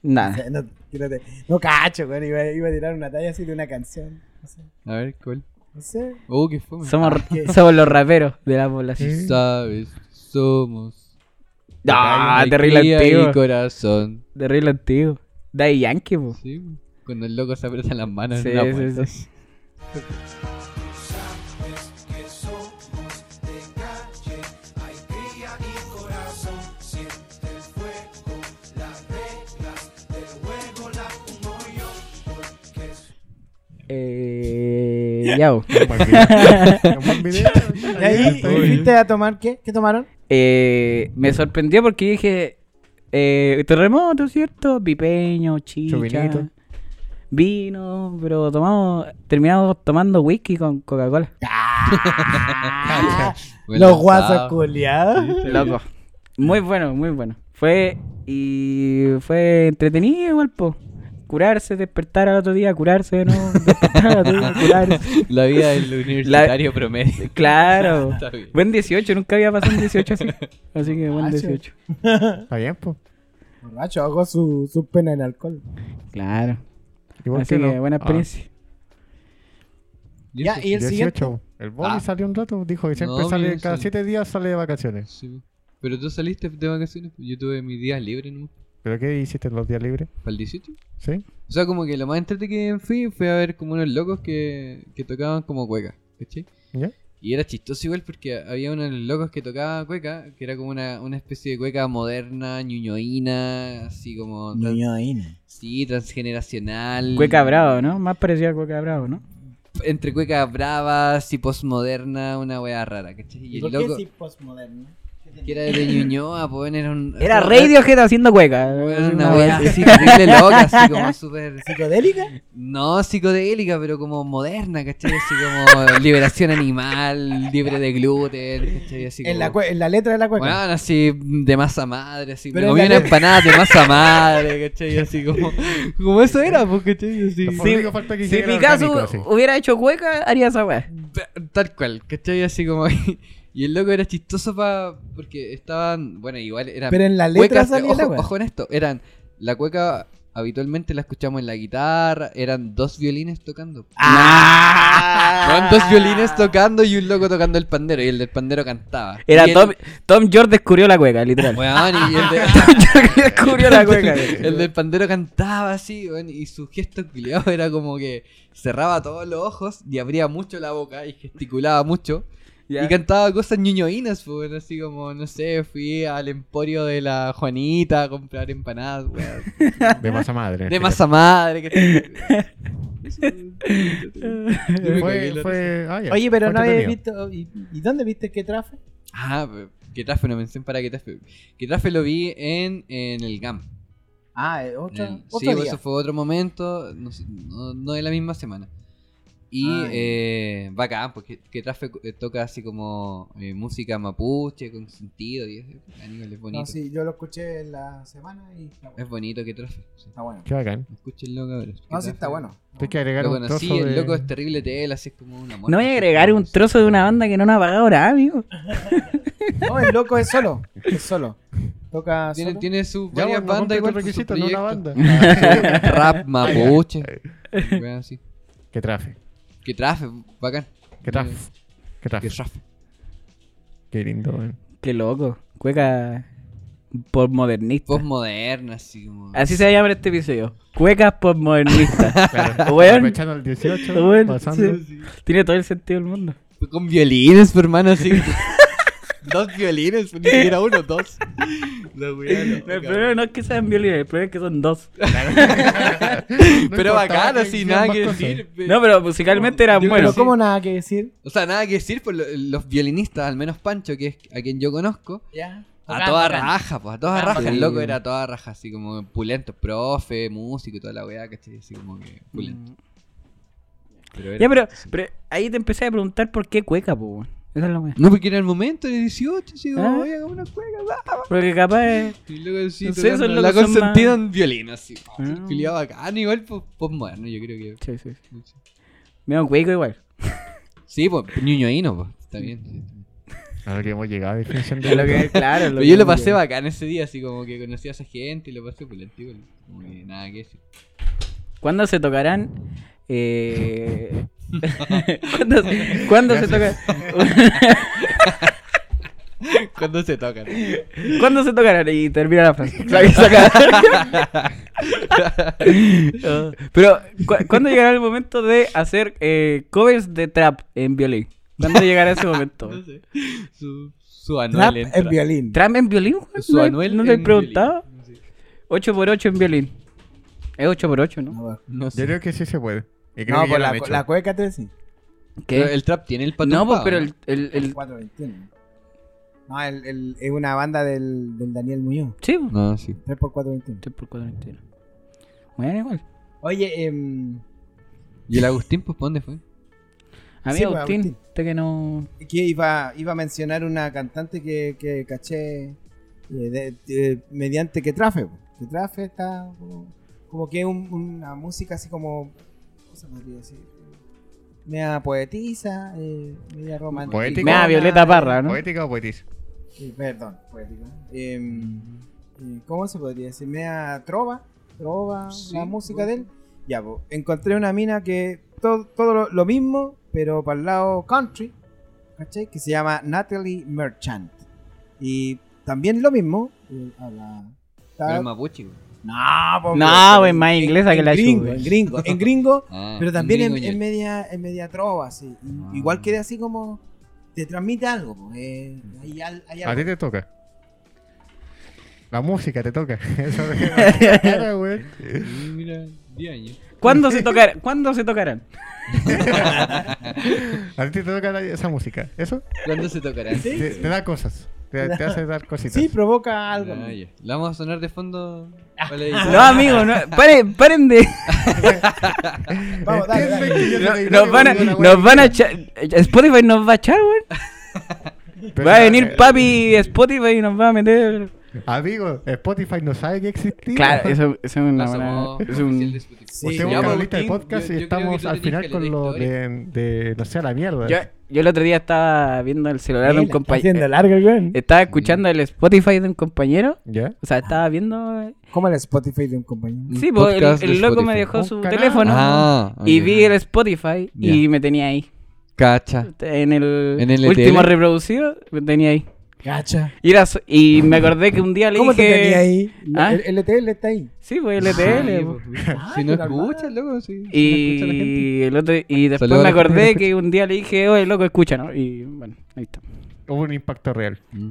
B: Nada.
E: No, tírate. No cacho, güey. Iba, iba a tirar una talla así de una canción. No sé.
D: A ver, ¿cuál?
E: No sé.
D: Oh, qué fome.
B: Somos,
E: ¿qué?
B: somos los raperos de la población.
A: Sí.
D: Sabes, somos.
B: Ah,
D: alegría
B: terrible
D: y
B: antiguo.
D: corazón.
B: Terrible antiguo. Daddy Yankee, po.
D: Sí, po. cuando el loco se aprieta las manos
B: Sí,
D: en una
B: sí,
D: puerta.
B: sí. Eh, ya, po.
A: Un buen video. Un buen video.
E: ¿Y ahí
A: Uy.
E: fuiste a tomar qué? ¿Qué tomaron?
B: Eh, me sorprendió porque dije eh, terremoto, ¿cierto? Pipeño, chicha.
A: Chubinito.
B: vino, pero tomamos, terminamos tomando whisky con Coca-Cola.
D: Bueno,
E: Los guasos
D: sábado.
E: culiados.
B: Loco. Muy bueno, muy bueno. Fue y fue entretenido igual, po. Curarse, despertar al otro día, curarse, ¿no? Despertar al otro día, curarse.
D: La vida del universitario promedio.
B: Claro.
D: Está bien.
B: Buen 18, nunca había pasado un 18 así. Así que buen
E: Macho.
B: 18.
A: Está bien, pues. po.
E: Borracho, Ah, hago su, su pena en alcohol.
B: Claro.
A: Igual
B: Así que
A: no.
B: buena
A: Ah,
B: experiencia.
E: Ya, y el
A: 18.
E: siguiente.
A: El Bobby
D: Ah.
A: salió un rato, dijo que siempre
D: No,
A: sale,
D: mire,
A: cada
D: sí.
A: 7 días sale de vacaciones.
D: Sí, po. Pero tú saliste de vacaciones, pues, yo tuve mis días libres, ¿no?
A: ¿Pero qué hiciste en los días libres?
D: Para el 18.
A: ¿Sí?
D: O sea, como que lo más entrete que fui fue a ver como unos locos que, que tocaban como cueca, ¿cachai?
A: ¿Ya?
D: Y era chistoso igual porque había uno de los locos que tocaba cueca, que era como una, una especie de cueca moderna, ñuñoína, así como... trans- sí, transgeneracional.
B: Cueca Bravo, ¿no? Más parecía a Cueca Bravo, ¿no?
D: Entre cueca bravas y postmoderna, una wea rara, ¿cachai? Y el
E: ¿Por qué
D: loco,
E: sí postmoderno?
D: que era de Ñuñoa, pues, era un...
B: Era
D: un-
B: Radiohead haciendo cueca.
D: Era una wea así, terrible loca, así como súper...
E: ¿Psicodélica?
D: No psicodélica, pero como moderna, ¿cachai? Así como liberación animal, libre de gluten, ¿cachai? Así como...
E: En la, cue- en la letra de la cueca.
D: Bueno, así de masa madre, así.
E: Pero
D: me comí
E: en la
D: una
E: le-
D: empanada de masa madre, ¿cachai? Así como... Como eso era, pues, ¿cachai? Así.
A: Lo único que falta es que
B: Si
A: hiciera
B: Picasso
A: orgánico, así.
B: hubiera hecho cueca, haría esa wea.
D: Tal cual, ¿cachai? Así como... Y el loco era chistoso para... Porque estaban... Bueno, igual eran...
E: Pero en la letra
D: cuecas-
E: salía la
D: ojo,
E: wea.
D: ojo en esto, eran... La cueca habitualmente la escuchamos en la guitarra, eran dos violines tocando.
B: Ah.
D: Con dos violines tocando y un loco tocando el pandero. Y el del pandero cantaba.
B: Era
D: Y el-
B: Tom, Tom George descubrió la cueca, literal.
D: Weón, y el, de-
B: Tom George descubrió Ah, la cueca.
D: el del pandero cantaba así, weón, y su gesto culiado era como que cerraba todos los ojos y abría mucho la boca y gesticulaba mucho.
B: Ya.
D: Y cantaba cosas ñoñoínas, pues, weón, así como, no sé, fui al emporio de la Juanita a comprar empanadas, weón.
A: De masa madre.
D: uh, De masa madre. Que... Yo me cagué
A: Fue,
D: la
A: fue, ah, ya,
E: Oye, pero
A: fue
E: no habías
A: entretenido.
E: visto. ¿Y, y dónde viste que trafe?
D: Ah, pero Getafe, no mención para Getafe. Getafe lo vi en, en el GAM.
E: Ah, eh, otro,
D: En- sí, pues,
E: otro día.
D: eso fue otro momento, no, sé, no, no de la misma semana. Y
E: Ah, ya.
D: eh, bacán, porque Getafe eh, toca así como eh, música mapuche, con sentido y eso. A nivel es bonito.
E: No, Ah, sí, yo lo escuché en la semana y está
D: Es
E: bueno.
D: bonito Getafe. Sí.
E: Está bueno.
A: Qué bacán.
D: Escúchenlo, cabrón.
E: No, Ah, sí, está bueno.
A: Hay que agregar
D: Lo
A: un trozo
D: conocí, el
A: de-
D: loco este, es terrible tela, así es como una
B: No voy a agregar un trozo de una banda que no nos ha pagado nada, amigo.
E: No, el loco es solo. Es solo. Toca
D: Tiene,
E: Ah, solo.
D: tiene su
A: Ya,
D: varias
A: bueno,
D: bandas
A: cumple
D: igual.
A: tu
D: pues, sus
A: requisito, no una
D: proyectos.
A: banda.
D: Rap mapuche. Ah, weón, así.
A: Que trafe.
D: Que trafe, bacán.
A: Que traf. Que traf.
D: Que trafe.
A: Qué lindo, eh. weón.
B: Qué loco. Cueca postmodernista.
D: Postmoderna, así como.
B: Así se va a llamar este episodio. Cuecas postmodernistas.
A: Claro,
B: Weón.
A: Aprovechando el 18,
B: Weón,
A: pasando.
B: sí. Tiene todo el sentido del mundo.
D: Con violines, pues, hermano, así. dos violines, pues, ni siquiera uno, dos. La wea
B: El
D: loca,
B: problema Eh, no es que sean violines, el problema es que son dos.
A: No
D: Pero
A: importaba
D: bacán,
A: que
D: así,
A: hicieran
D: nada
A: más
D: que
A: cosas.
D: decir. pe-
B: No, pero musicalmente eran
D: Yo
E: Pero,
B: buenos.
D: sí.
E: ¿cómo nada que decir?
D: O sea, nada que decir, pues lo- los violinistas, al menos Pancho, que es a quien yo conozco,
E: Ya.
D: a toda raja, pues, a toda
E: Tocando,
D: raja. El
B: tocando.
D: loco era a toda raja, así como pulento, profe, músico y toda la weá, ¿cachai? Así como que pulento. Pero era-
B: Ya, pero, pero ahí te empecé a preguntar por qué cueca, po. weón. Esa es la wea.
D: No, porque era el momento, era 18, así como,
B: Ah.
D: voy a comer unas cuecas, va.
B: Porque capaz es...
D: Y luego sí,
B: No sé, esos
D: tocando la
B: locos son
D: consentida
B: más-
D: en violín, así.
B: Ah.
D: Filiado bacán, igual po- postmoderno, yo creo
B: Sí,
D: que.
B: sí. Medio cueco igual.
D: Sí, pues ñuñoíno, pues. Está bien. sí, está bien.
A: A lo que hemos llegado, definición de
B: Es lo que- claro.
D: Pero yo lo pasé bacán ese día, así como que conocí a esa gente y lo pasé por el antiguo. Como que nada que decir.
B: ¿Cuándo se tocarán? Eh... ¿Cuándo, se- cuándo se toca-
D: Cuando se tocan.
B: ¿Cuándo se tocarán? Y termina la frase. La que saca. Ah. Pero, ¿cu- ¿cuándo llegará el momento de hacer eh, covers de trap en violín? ¿Cuándo llegará ese momento?
D: No sé. Su, su
E: Rap
D: anual entra.
E: en violín.
B: ¿Trap en violín? Juan?
D: Su
B: ¿No,
D: anuel
B: le- ¿No le he
D: en violín.
B: preguntado? 8x8 en violín. Es 8x8, ¿no?
E: No,
D: No
A: Yo
D: sé.
A: creo que sí se puede. Y creo
E: no
A: que ya
E: por
A: lo
E: la,
A: han hecho.
E: la cueca te decís.
D: Pero el trap tiene el patrón.
B: No, pues, pero el, el, el-
E: 421. No, el, el, es una banda del, del Daniel Muñoz.
B: Sí, pues.
D: No, sí.
E: 3x421.
B: 3 por 4, 21. Bueno, igual.
E: Oye, em,
D: ¿Y el Agustín, pues, ¿pa' dónde fue?
E: Sí,
B: Amigo
E: pues,
B: Ah, Agustín,
E: Agustín.
B: usted que no.
E: que iba, iba a mencionar una cantante que, que caché eh, de- de- mediante que trafe. po. Que trafe está como, como que un- una música así como. ¿Cómo se podría decir? Media poetisa, eh, media romántica.
A: Poética.
B: Me da Violeta Parra, ¿no?
A: ¿Poética o poetisa?
E: Eh, perdón, poética. Em, eh, ¿Cómo se podría decir? Media trova. Trova,
D: Sí,
E: la música
D: puede
E: de él. Ya, po, encontré una mina que todo, todo lo, lo mismo, pero para el lado country, ¿cachai? Que se llama Natalie Merchant. Y también lo mismo. eh, habla-
D: Pero el
E: está-
D: mapuche, güey.
E: No, po,
B: No,
E: pero-
B: pues, más inglesa que la
E: gringo,
B: chucha.
E: En gringo, en gringo,
D: Ah,
E: pero
D: un
E: también en,
D: gringo
E: en
D: ñoño.
E: media, en media trova, sí. Y-
D: Ah.
E: Igual queda así como. Te transmite algo, po, eh, hay al- hay
A: A
E: algo.
A: ti te toca. La música te toca. Eso me queda cara, güey.
D: Mm, Mira, 10 años.
B: ¿Cuándo se tocarán? ¿Cuándo se tocarán?
A: A ti te toca la- esa música. ¿Eso?
D: ¿Cuándo se tocará?
E: Sí.
A: Te, te da cosas. Te, te hace dar cositas.
E: Sí, provoca algo.
D: Ah, ya. La vamos a sonar de fondo. Vale,
B: No, amigo, no, paren, paren de.
E: Vamos, dale,
A: Entienden
E: dale.
A: que yo soy la idea
B: Nos van a,
A: que volvió la
B: nos
A: güey.
B: van a echar. Spotify nos va a echar, weón.
A: Pero,
B: Va a venir
A: eh,
B: papi Spotify y nos va a meter.
A: Amigo, Spotify no sabe que existía.
B: Claro, eso, eso es una
D: No
B: buena.
D: somos
B: Es
D: oficial de
B: un.
D: Spotify.
E: Sí.
A: Usted
E: Ya,
A: busca la
D: pues,
A: lista de
D: Agustín,
A: podcast
D: yo-
A: y
D: yo creo que
A: estamos
D: tú
A: al
D: tenés
A: final
D: caleta
A: con
D: de
A: lo de,
D: historia.
A: de no sé a la mierda.
B: Yo, yo el otro día estaba viendo el celular de un eh. compañero.
E: larga, güey.
B: Estaba escuchando
D: Mm.
B: el Spotify de un compañero.
A: ¿Ya?
B: O sea, estaba viendo.
E: Como el Spotify de un compañero.
D: Un
B: Sí, pues el,
D: podcast
B: el
D: de
B: loco me
D: Spotify.
B: dejó
A: Un
B: su
A: canal.
B: teléfono.
D: Ah,
B: Y
D: ok.
B: vi el Spotify y
D: Ya.
B: me tenía ahí.
D: Cacha.
B: En el,
D: ¿En el E
B: último
D: ETL?
B: reproducido me tenía ahí.
E: Gacha.
B: Y, era so- y
D: Ah.
B: me acordé que un día le
E: ¿Cómo
B: dije.
E: te tenía ahí?
B: ¿Ah?
E: El LTL está ahí.
B: Sí, pues LTL.
D: Sí,
B: po.
D: pues.
E: Ah,
D: Si no
E: pero armada.
D: escuchas, loco, sí. Si no escucha la gente.
B: Y, el otro, y después
D: Saludos
B: me
D: a la gente que
B: acordé
D: escucha.
B: que un día le dije, oye, loco, escucha, ¿no? Y bueno, ahí está.
A: Hubo un impacto real.
D: Mm.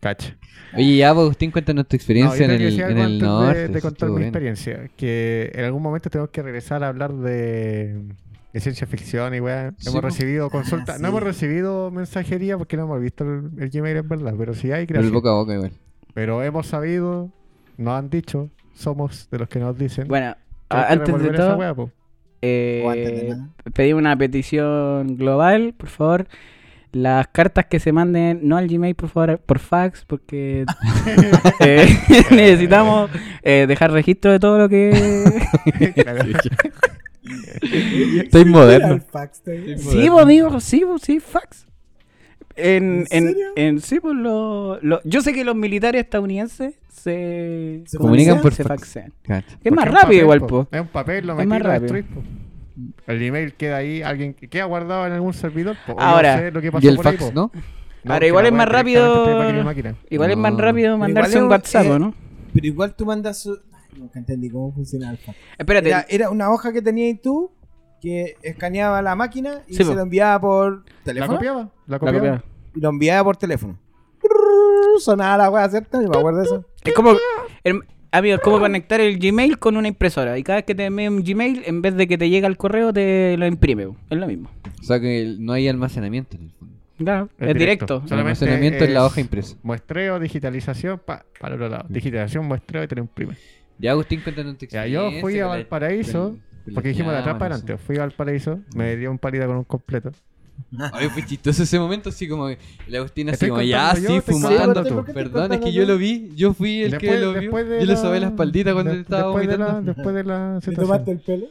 A: Cacha.
D: Oye, ya, pues, Agustín, cuéntanos tu
A: No, yo
D: experiencia
A: tengo
D: en
A: que
D: el,
A: decir
D: en
A: algo
D: el
A: antes
D: norte.
A: de, de
D: eso
A: contar
D: estuvo
A: mi
D: bueno.
A: experiencia. Que en algún momento tenemos que regresar a hablar de, de ciencia ficción y weá.
D: Sí,
A: hemos
D: po. Ah,
A: recibido consultas.
E: sí.
A: No hemos recibido mensajería porque no hemos visto el, el Gmail en verdad. Pero sí hay,
D: Pero el
A: gracias.
D: boca a boca igual.
A: Pero hemos sabido, nos han dicho, somos de los que nos dicen.
B: Bueno,
A: que hay
B: a-
A: que
B: antes de
A: revolver esa
B: todo,
A: weá, po.
B: eh,
E: O antes de nada.
B: pedí una petición global, por favor. Las cartas que se manden, no al Gmail, por favor, por fax, porque eh, necesitamos eh, dejar registro de todo lo que...
A: Claro.
D: Estoy
E: Mira el
D: moderno.
E: fax, está ahí.
B: sí, vos, amigo, sí, vos, sí, fax. En,
E: ¿En
B: en,
E: serio?
B: en- sí, pues lo- lo- yo sé que los militares estadounidenses se,
E: Se comunican
D: por
B: se
D: fax.
B: faxean.
D: Cacha.
B: Es más
A: Porque
B: rápido
A: papel,
B: igual, po.
A: Es un papel, lo
B: Es
A: metí
B: más
A: y lo
B: rápido.
A: destruís, po. El email queda ahí, alguien que queda guardado en algún servidor. po. Yo
B: Ahora,
A: sé lo que pasó
D: Y el
A: por ahí,
D: fax,
A: po.
D: ¿no?
B: Ahora,
A: que
B: igual
A: la
B: es
A: weá
B: más rápido-
A: directamente te va a máquina.
B: Igual es más
D: No.
B: rápido mandarse
E: Igual
B: un
E: es-
B: WhatsApp,
E: eh,
B: ¿o ¿no?
E: Pero igual tú mandas su. Ay, Nunca entendí cómo funciona el fax.
B: Espérate,
E: Era, era una hoja que tenías tú que escaneaba la máquina y
B: Sí,
E: se
B: po.
E: lo enviaba por
A: La
E: teléfono.
A: copiaba, la
B: la
A: copiaba.
B: copiaba.
E: Y lo enviaba por teléfono. Trrr, Sonaba la wea, ¿cierto? Yo me acuerdo de eso.
B: Es como. herm- amigo, es como conectar el Gmail con una impresora. Y cada vez que te envíen un Gmail, en vez de que te llega el correo, te lo imprime. po. Es lo mismo.
D: O sea que el- no hay almacenamiento en el fondo.
B: Claro,
A: Es
B: es,
A: directo.
B: directo.
D: El
A: Solamente
D: almacenamiento es la
A: es-
D: hoja impresa.
A: Muestreo, digitalización, pa, para el otro
D: Mm.
A: lado. Digitalización, muestreo y tener un primer.
D: Ya, Agustín, cuéntanos tu
A: Ya,
D: experiencia.
A: yo fui a
D: con la-
A: Valparaíso,
D: con- con las
A: Porque dijimos de atrás
D: llamas,
A: para
D: no sé.
A: adelante. Fui al paraíso,
D: Mm.
A: me dio un palita con un completo.
D: Ay, fue chistoso ese momento, así como que el Agustín así
A: Estoy
D: como, ya,
A: contando yo,
D: sí,
A: estoy
D: fumando.
A: contando tú.
D: tú.
A: ¿Por
E: qué estoy
D: Perdón, es que
E: contando
D: yo
E: yo?
D: lo vi, yo fui el que lo vio.
A: después de
D: Yo le
A: la-
D: sobé las palditas cuando
A: de-
D: él estaba
A: después de la,
D: vomitando.
A: después de la
E: ¿Te
A: situación.
E: tomaste el pelo?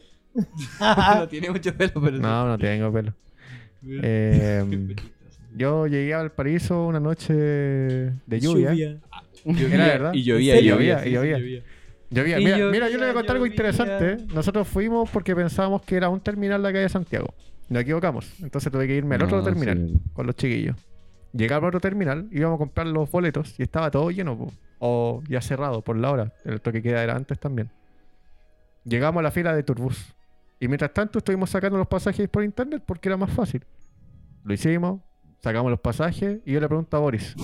D: no tiene mucho pelo, pero...
A: No, no tengo pelo. Eh, yo llegué a Valparaíso una noche de lluvia.
D: Llovía,
A: Era verdad.
D: Y llovía,
A: ¿En
D: y
A: serio?
D: llovía,
A: Y
D: sí, sí,
A: llovía. Llovía.
D: Y
A: Mira,
D: llovía,
A: mira, yo le voy a contar algo
D: llovía.
A: interesante. ¿eh? Nosotros fuimos porque pensábamos que era un terminal la calle de Santiago. Nos equivocamos. Entonces tuve que irme al otro
D: No,
A: terminal
D: sí, verdad.
A: con los chiquillos. Llegaba al otro terminal, íbamos a comprar los boletos y estaba todo lleno. po. O ya cerrado por la hora. El toque queda era antes también. Llegamos a la fila de Turbus. Y mientras tanto estuvimos sacando los pasajes por internet porque era más fácil. Lo hicimos, sacamos los pasajes y yo le pregunto a Boris.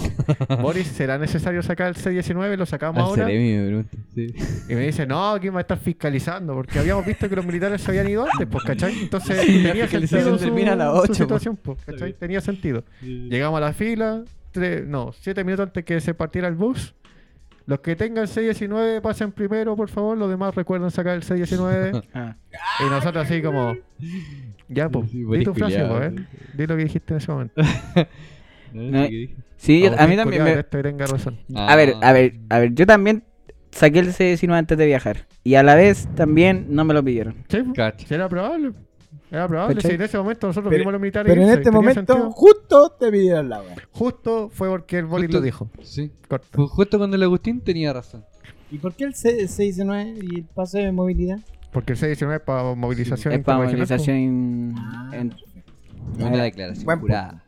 A: Boris, ¿será necesario sacar el C19? ¿Lo sacamos
D: Al
A: ahora?
D: Ceremi me pregunta, sí.
A: Y me dice, no, aquí va a estar fiscalizando, porque habíamos visto que los militares se habían ido antes, pues, ¿cachai? Entonces tenía
D: fiscalización
A: sentido su,
D: termina a las
A: su
D: ocho, pues.
A: situación, pues, ¿cachai? Tenía sentido. Llegamos a la fila, tres, no, siete minutos antes que se partiera el bus, Los que tengan 619 pasen primero, por favor. Los demás recuerden sacar el 619.
B: Ah.
A: y nosotros así como... Ya, pues.
D: Sí,
A: di tu frase,
D: culiao,
A: po, eh. Di lo que dijiste en ese momento.
B: No, Sí, yo-
A: Agustín,
B: a mí también
A: culiao,
B: me...
A: esto que tenga razón.
D: Ah,
B: A ver, a ver, a ver, yo también saqué el C19 antes de viajar. Y a la vez también no me lo pidieron.
A: Sí, po.
D: Cacha.
A: Sí, era probable. Era probable.
B: ¿Cachai?
A: Si en ese momento nosotros
E: Pero-
A: vimos a los militares.
E: Pero en
A: irse,
E: este
A: tenía
E: momento,
A: sentido.
E: justo te pidieron la wea.
A: Justo fue porque el boli
D: Justo-
A: lo dijo.
D: Sí.
A: Corta.
D: Fue justo cuando el Agustín tenía razón.
E: ¿Y por qué el 619 y el paso de movilidad?
A: Porque el 619 es para movilización.
B: Es para
A: internacional, po.
B: movilización en-
D: Una declaración
E: Buen punto.
D: jurada.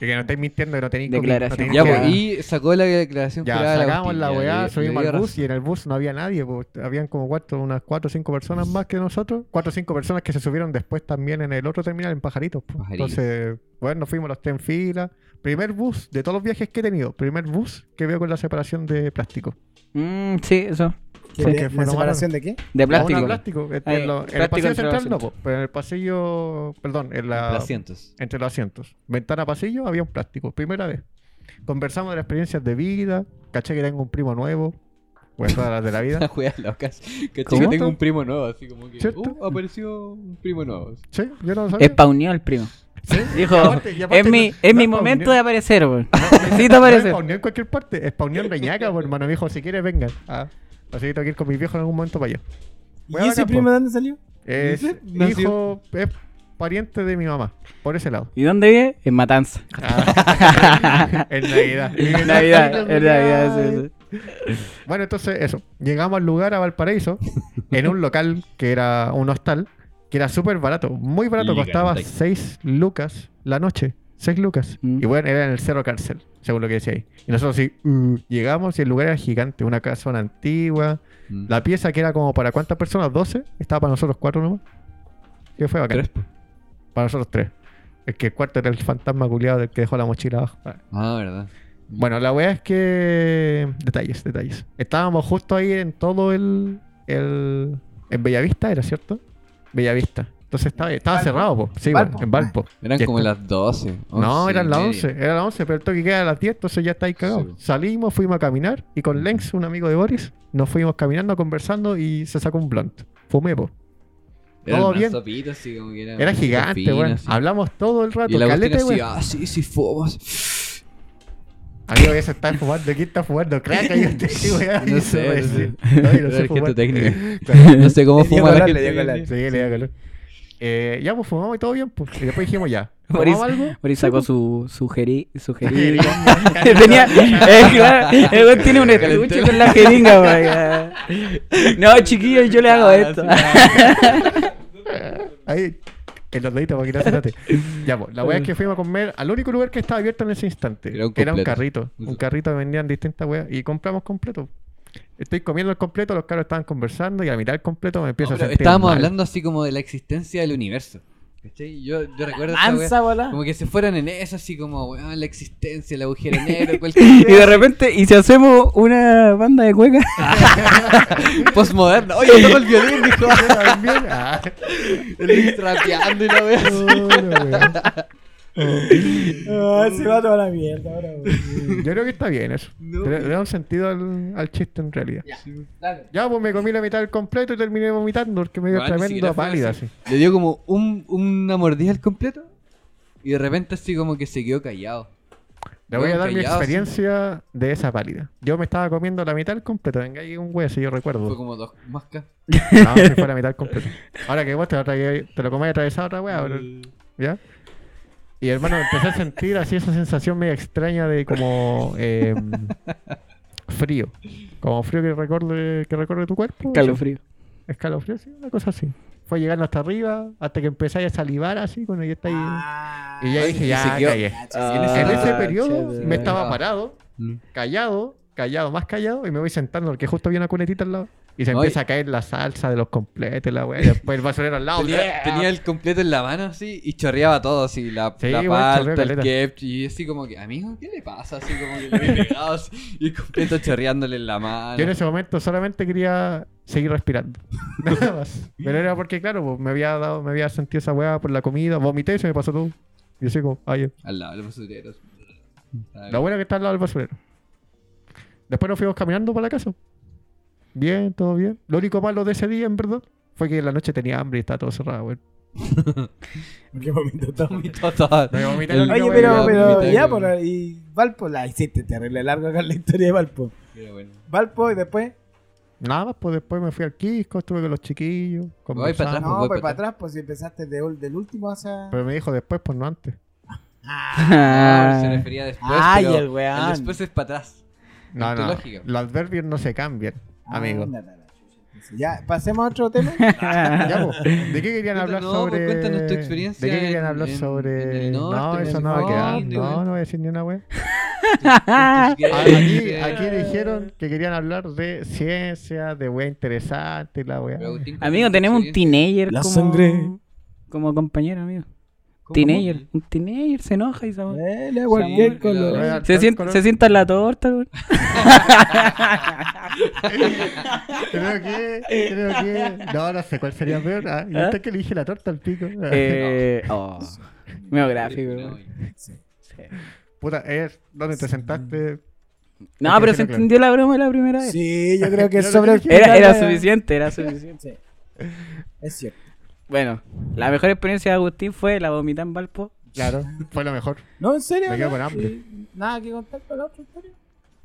A: Y que no estáis mintiendo, que no tenéis que-
B: Declaración.
A: no tenéis
D: Ya,
A: que-
B: Ya.
D: pues, y sacó la declaración
A: Ya,
D: jurada. el
A: sacamos
D: Agustín,
A: la
D: ya, le-
A: weá,
D: le
A: subimos
D: dio
A: al bus
D: razón.
A: y en el bus no había nadie, pues, habían como cuatro, unas cuatro o cinco personas más que nosotros, cuatro o cinco personas que se subieron después también en el otro terminal en Pajaritos. pues.
D: Pajaritos.
A: Entonces, bueno, nos fuimos los tres en fila. Primer bus, de todos los viajes que he tenido, primer bus que veo con la separación de plástico.
B: Mm, sí, eso.
A: Sí,
E: ¿De-
A: que fue
E: ¿La
A: lo
E: separación de qué?
B: De
A: Ah,
B: plástico.
A: no, plástico. En,
D: Eh,
B: Ahí,
A: en lo- en el
B: plástico
A: pasillo
B: entre
A: central
B: los
A: no,
B: asientos.
A: po, pero en el pasillo, perdón, en la,
D: Los asientos.
A: entre los asientos. Ventana pasillo había un plástico, primera vez. Conversamos de las experiencias de vida, caché que tengo un primo nuevo, pues todas las de la vida.
D: Una weá loca. así, Que
A: ¿Cómo?
D: chico tengo un primo nuevo, así como que.
A: ¿Cierto?
D: Uh, apareció un primo nuevo. así.
A: Sí, yo no lo sabía.
B: Espauneó el primo.
A: Sí,
B: Dijo,
A: y aparte- y aparte
B: es mi,
A: no-
B: es
A: no
B: mi
A: spawneó-
B: momento de aparecer, weón. Necesito
A: no
B: aparecer.
A: spawneó en cualquier parte. Spawneó en Reñaca, pues, hermano. Me dijo, si quieres, vengan. Ah, así que tengo que ir con mi viejo en algún momento para allá.
E: ¿Y
A: Weá,
E: ese
A: bacán,
E: primo
A: po.
E: de dónde salió?
A: Es
D: ¿Dice?
A: hijo, es pariente de mi mamá. Por ese lado.
B: ¿Y dónde vive? En Matanza.
A: Ah, en Navidad.
B: Navidad, en Navidad, sí, sí.
A: Bueno, entonces, eso. Llegamos al lugar, a Valparaíso, en un local que era un hostal, que era súper barato. Muy barato,
D: Liga,
A: costaba
D: Montaña.
A: 6 lucas la noche. 6 lucas.
B: Mm.
A: Y bueno, era en el Cerro Cárcel, según lo que decía ahí. Y nosotros sí, uh, llegamos y el lugar era gigante. Una casona antigua.
D: Mm.
A: La pieza que era como para cuántas personas, 12, estaba para nosotros cuatro nomás. Que fue bacán.
D: Tres, po.
A: Para nosotros tres. Es que el cuarto era el fantasma culiado del que dejó la mochila abajo.
D: Ah, verdad.
A: Bueno, la weá es que. Detalles, detalles. Estábamos justo ahí en todo el. el... En Bellavista, ¿era cierto? Bellavista. Entonces estaba, estaba
E: Valpo.
A: cerrado, po. Sí,
E: Valpo.
A: bueno, en Valpo.
D: Eran
A: Y
D: como
A: esto-
D: las 12.
A: No,
D: 11 y
A: eran las
D: media.
A: 11, era las 11, pero el toque queda a las 10, entonces ya está ahí cagado.
D: Sí, po.
A: Salimos, fuimos a caminar y con Lenx, un amigo de Boris, nos fuimos caminando, conversando y se sacó un blunt. Fumé, po.
D: Eran
A: Todo
D: unas
A: bien.
D: sopitas, así como que eran
A: Era
D: unas
A: gigante,
D: sopitas
A: weón.
D: finas, así.
A: Hablamos todo el
D: Y
A: rato,
D: el Agustín
A: caleta,
D: así,
A: weón.
D: ah, sí, sí, fumas.
A: Amigo, ya se está fumando, ¿quién está fumando? Crack, ahí usted, weón.
D: No sé, no sé.
A: No, yo no
D: Era
A: sé fumar.
D: arquitecto técnico.
A: Claro.
D: No sé cómo
E: Le dio
D: fuma la
E: calor, le
D: gente.
E: dio
D: hoy en
E: calor.
D: día.
A: Sí, le da calor. Eh, ya, pues fumamos y todo bien, pues. Y después dijimos ya.
B: Boris,
A: ¿Fumamos algo?
B: Boris sacó su su jeri- su
A: Sí,
B: jeringa. Tenía, eh, claro, el güey tiene un estuche con la jeringa, güey. No, chiquillos, yo le hago
D: Ah,
B: esto.
D: sí, ah,
A: Ahí, en los deditos para que no se note. Ya, pues, la wea es que fuimos a comer al único lugar que estaba abierto en ese instante.
D: Era un completo.
A: carrito. Un carrito que vendían distintas weas. Y compramos completo. Estoy comiendo el completo, los caros estaban conversando y a mitad del completo me empiezo
D: no,
A: a
D: pero
A: sentir
D: Estábamos
A: mal.
D: hablando así como de la existencia del universo. ¿Cachai? Yo, yo recuerdo esa wea,
B: Mansa, bola.
D: como que se fueron en eso, así como, weón, la existencia, el agujero negro,
B: Y
D: cualquier
B: de repente, ¿y si hacemos una banda de cueca?
D: postmoderno. Oye, toco el violín, dijo,
A: Yo también, ah.
D: el rapeando y la wea. así.
E: Ah, se va toda la mierda ahora,
A: Yo creo que está bien eso.
D: No.
A: Le, le da un sentido al, al chiste en realidad. Ya.
D: Dale.
A: pues me comí la mitad del completo y terminé vomitando porque me dio
D: Weón, ni
A: tremenda
D: siquiera fue
A: pálida
D: así.
A: así.
D: Le dio como un, una mordida al completo y de repente así como que se quedó callado.
A: Le voy a
D: Weón,
A: dar mi
D: callado, así.
A: experiencia de esa pálida. Yo me estaba comiendo la mitad del completo. Venga, ahí un hueso, yo
D: Fue
A: recuerdo.
D: como dos máscaras.
A: No, si fue la mitad del completo. Ahora que vos te lo, tragué- te lo comés atravesado otra weá, bro. ¿Ya? Y hermano, empecé a sentir así esa sensación media extraña de como eh, frío. Como frío que recorde, que recorde tu cuerpo.
B: Calofrío.
A: escalofrío, sí, una cosa así. Fue llegando hasta arriba, hasta que empezáis a salivar así, cuando ya estáis. Y ya
D: Ay,
A: dije,
D: y
A: ya
D: se quedó-
A: callé.
D: Ah,
A: en ese
D: ah,
A: periodo
B: chévere.
A: me estaba
D: Ah.
A: parado,
D: Mm.
A: callado, callado, más callado, y me voy sentando porque justo había una cunetita al lado. Y se
D: Ay.
A: empieza a caer la salsa de los completes, la weá. y Después el basurero al lado.
D: Tenía, tenía el completo en la mano así y chorreaba todo así, la,
A: Sí,
D: la
A: güey, chorreó
D: palta, el
A: caleta.
D: ketchup y así como que, amigo, ¿qué le pasa? Así como que le había pegado así, y el completo chorreándole en la mano.
A: Yo en ese momento solamente quería seguir respirando. Nada más. Pero era porque, claro, pues, me había dado, me había sentido esa weá por la comida, vomité y se me pasó todo. Y yo soy como, ay,
D: Al lado de los basureros.
A: La buena que está al lado del basurero. Después nos fuimos caminando para la casa. Bien, todo bien. Lo único malo de ese día, en verdad, fue que en la noche tenía hambre y estaba todo cerrado, güey.
E: ¿En qué momento estamos?
A: El-
E: Oye,
A: Yo
E: pero,
A: voy a
E: pero
D: vomitar,
E: ya,
D: güey.
E: por y Valpo, la hiciste terrible larga acá la historia de Valpo.
D: Pero bueno.
E: Valpo y después,
A: Nada más, pues después me fui al Quisco, estuve con los chiquillos.
D: atrás,
A: conversando.
D: pues,
E: no,
D: voy
E: pues
D: pa'
E: para atrás, pues si empezaste de ul- del último hacia...
A: Pero me dijo después, pues no antes.
D: Ah, se refería después.
E: Ay,
D: pero
E: el weón.
D: después es para atrás.
A: No,
D: Es tu
A: no.
D: lógica.
A: Los adverbios no se cambian,
E: Ah.
A: amigo.
E: Anda, la chucha. Entonces, Ya, pasemos a otro tema.
A: Ya, pues, ¿De qué querían
D: Puta,
A: hablar
D: no, pues,
A: sobre.?
D: cuéntanos tu experiencia
A: ¿De qué querían
D: en-
A: hablar
D: en- en
A: sobre.?
D: el norte,
A: no,
D: en
A: eso
D: el
A: no va a
D: sur,
A: quedar.
D: en-
A: No, no voy a decir ni una wea.
D: Tus
A: Ah, Aquí,
D: gays.
A: aquí dijeron que querían hablar de ciencia, de wea interesante y la wea.
D: Pero, Agustín,
B: Amigo,
D: ¿cuál
B: tenemos
D: es
B: un
D: tu
B: teenager
E: La
B: como...
E: sangre.
B: Como compañero, amigo.
D: experiencia?
B: Teenager. Un teenager se enoja y se... va.
E: Eh, le cualquier
D: Sí,
E: color.
D: la-
B: Se, sienta- se sienta en la torta, güey.
A: Creo que. Creo que. No, no sé cuál sería peor. Ah, ¿Y
B: ¿Ah?
A: usted que le dije la torta al pico? Ah.
B: Eh... Oh. Medio gráfico,
D: No,
B: güey. Sí.
A: Puta, es donde te sentaste.
B: No, pero se
A: Claro.
B: entendió la broma la primera vez.
E: Sí, yo creo que
A: Yo
E: es sobre...
A: lo
E: el
A: dije.
B: Era, era
E: final, eh.
B: suficiente, era suficiente.
E: Sí. Es cierto.
B: Bueno, la mejor experiencia de Agustín fue la vomita en Valpo.
A: Claro, fue lo mejor.
E: No, en serio.
A: Me quedo
E: ¿no?
A: con hambre.
E: Sí, Nada que contar con la otra historia.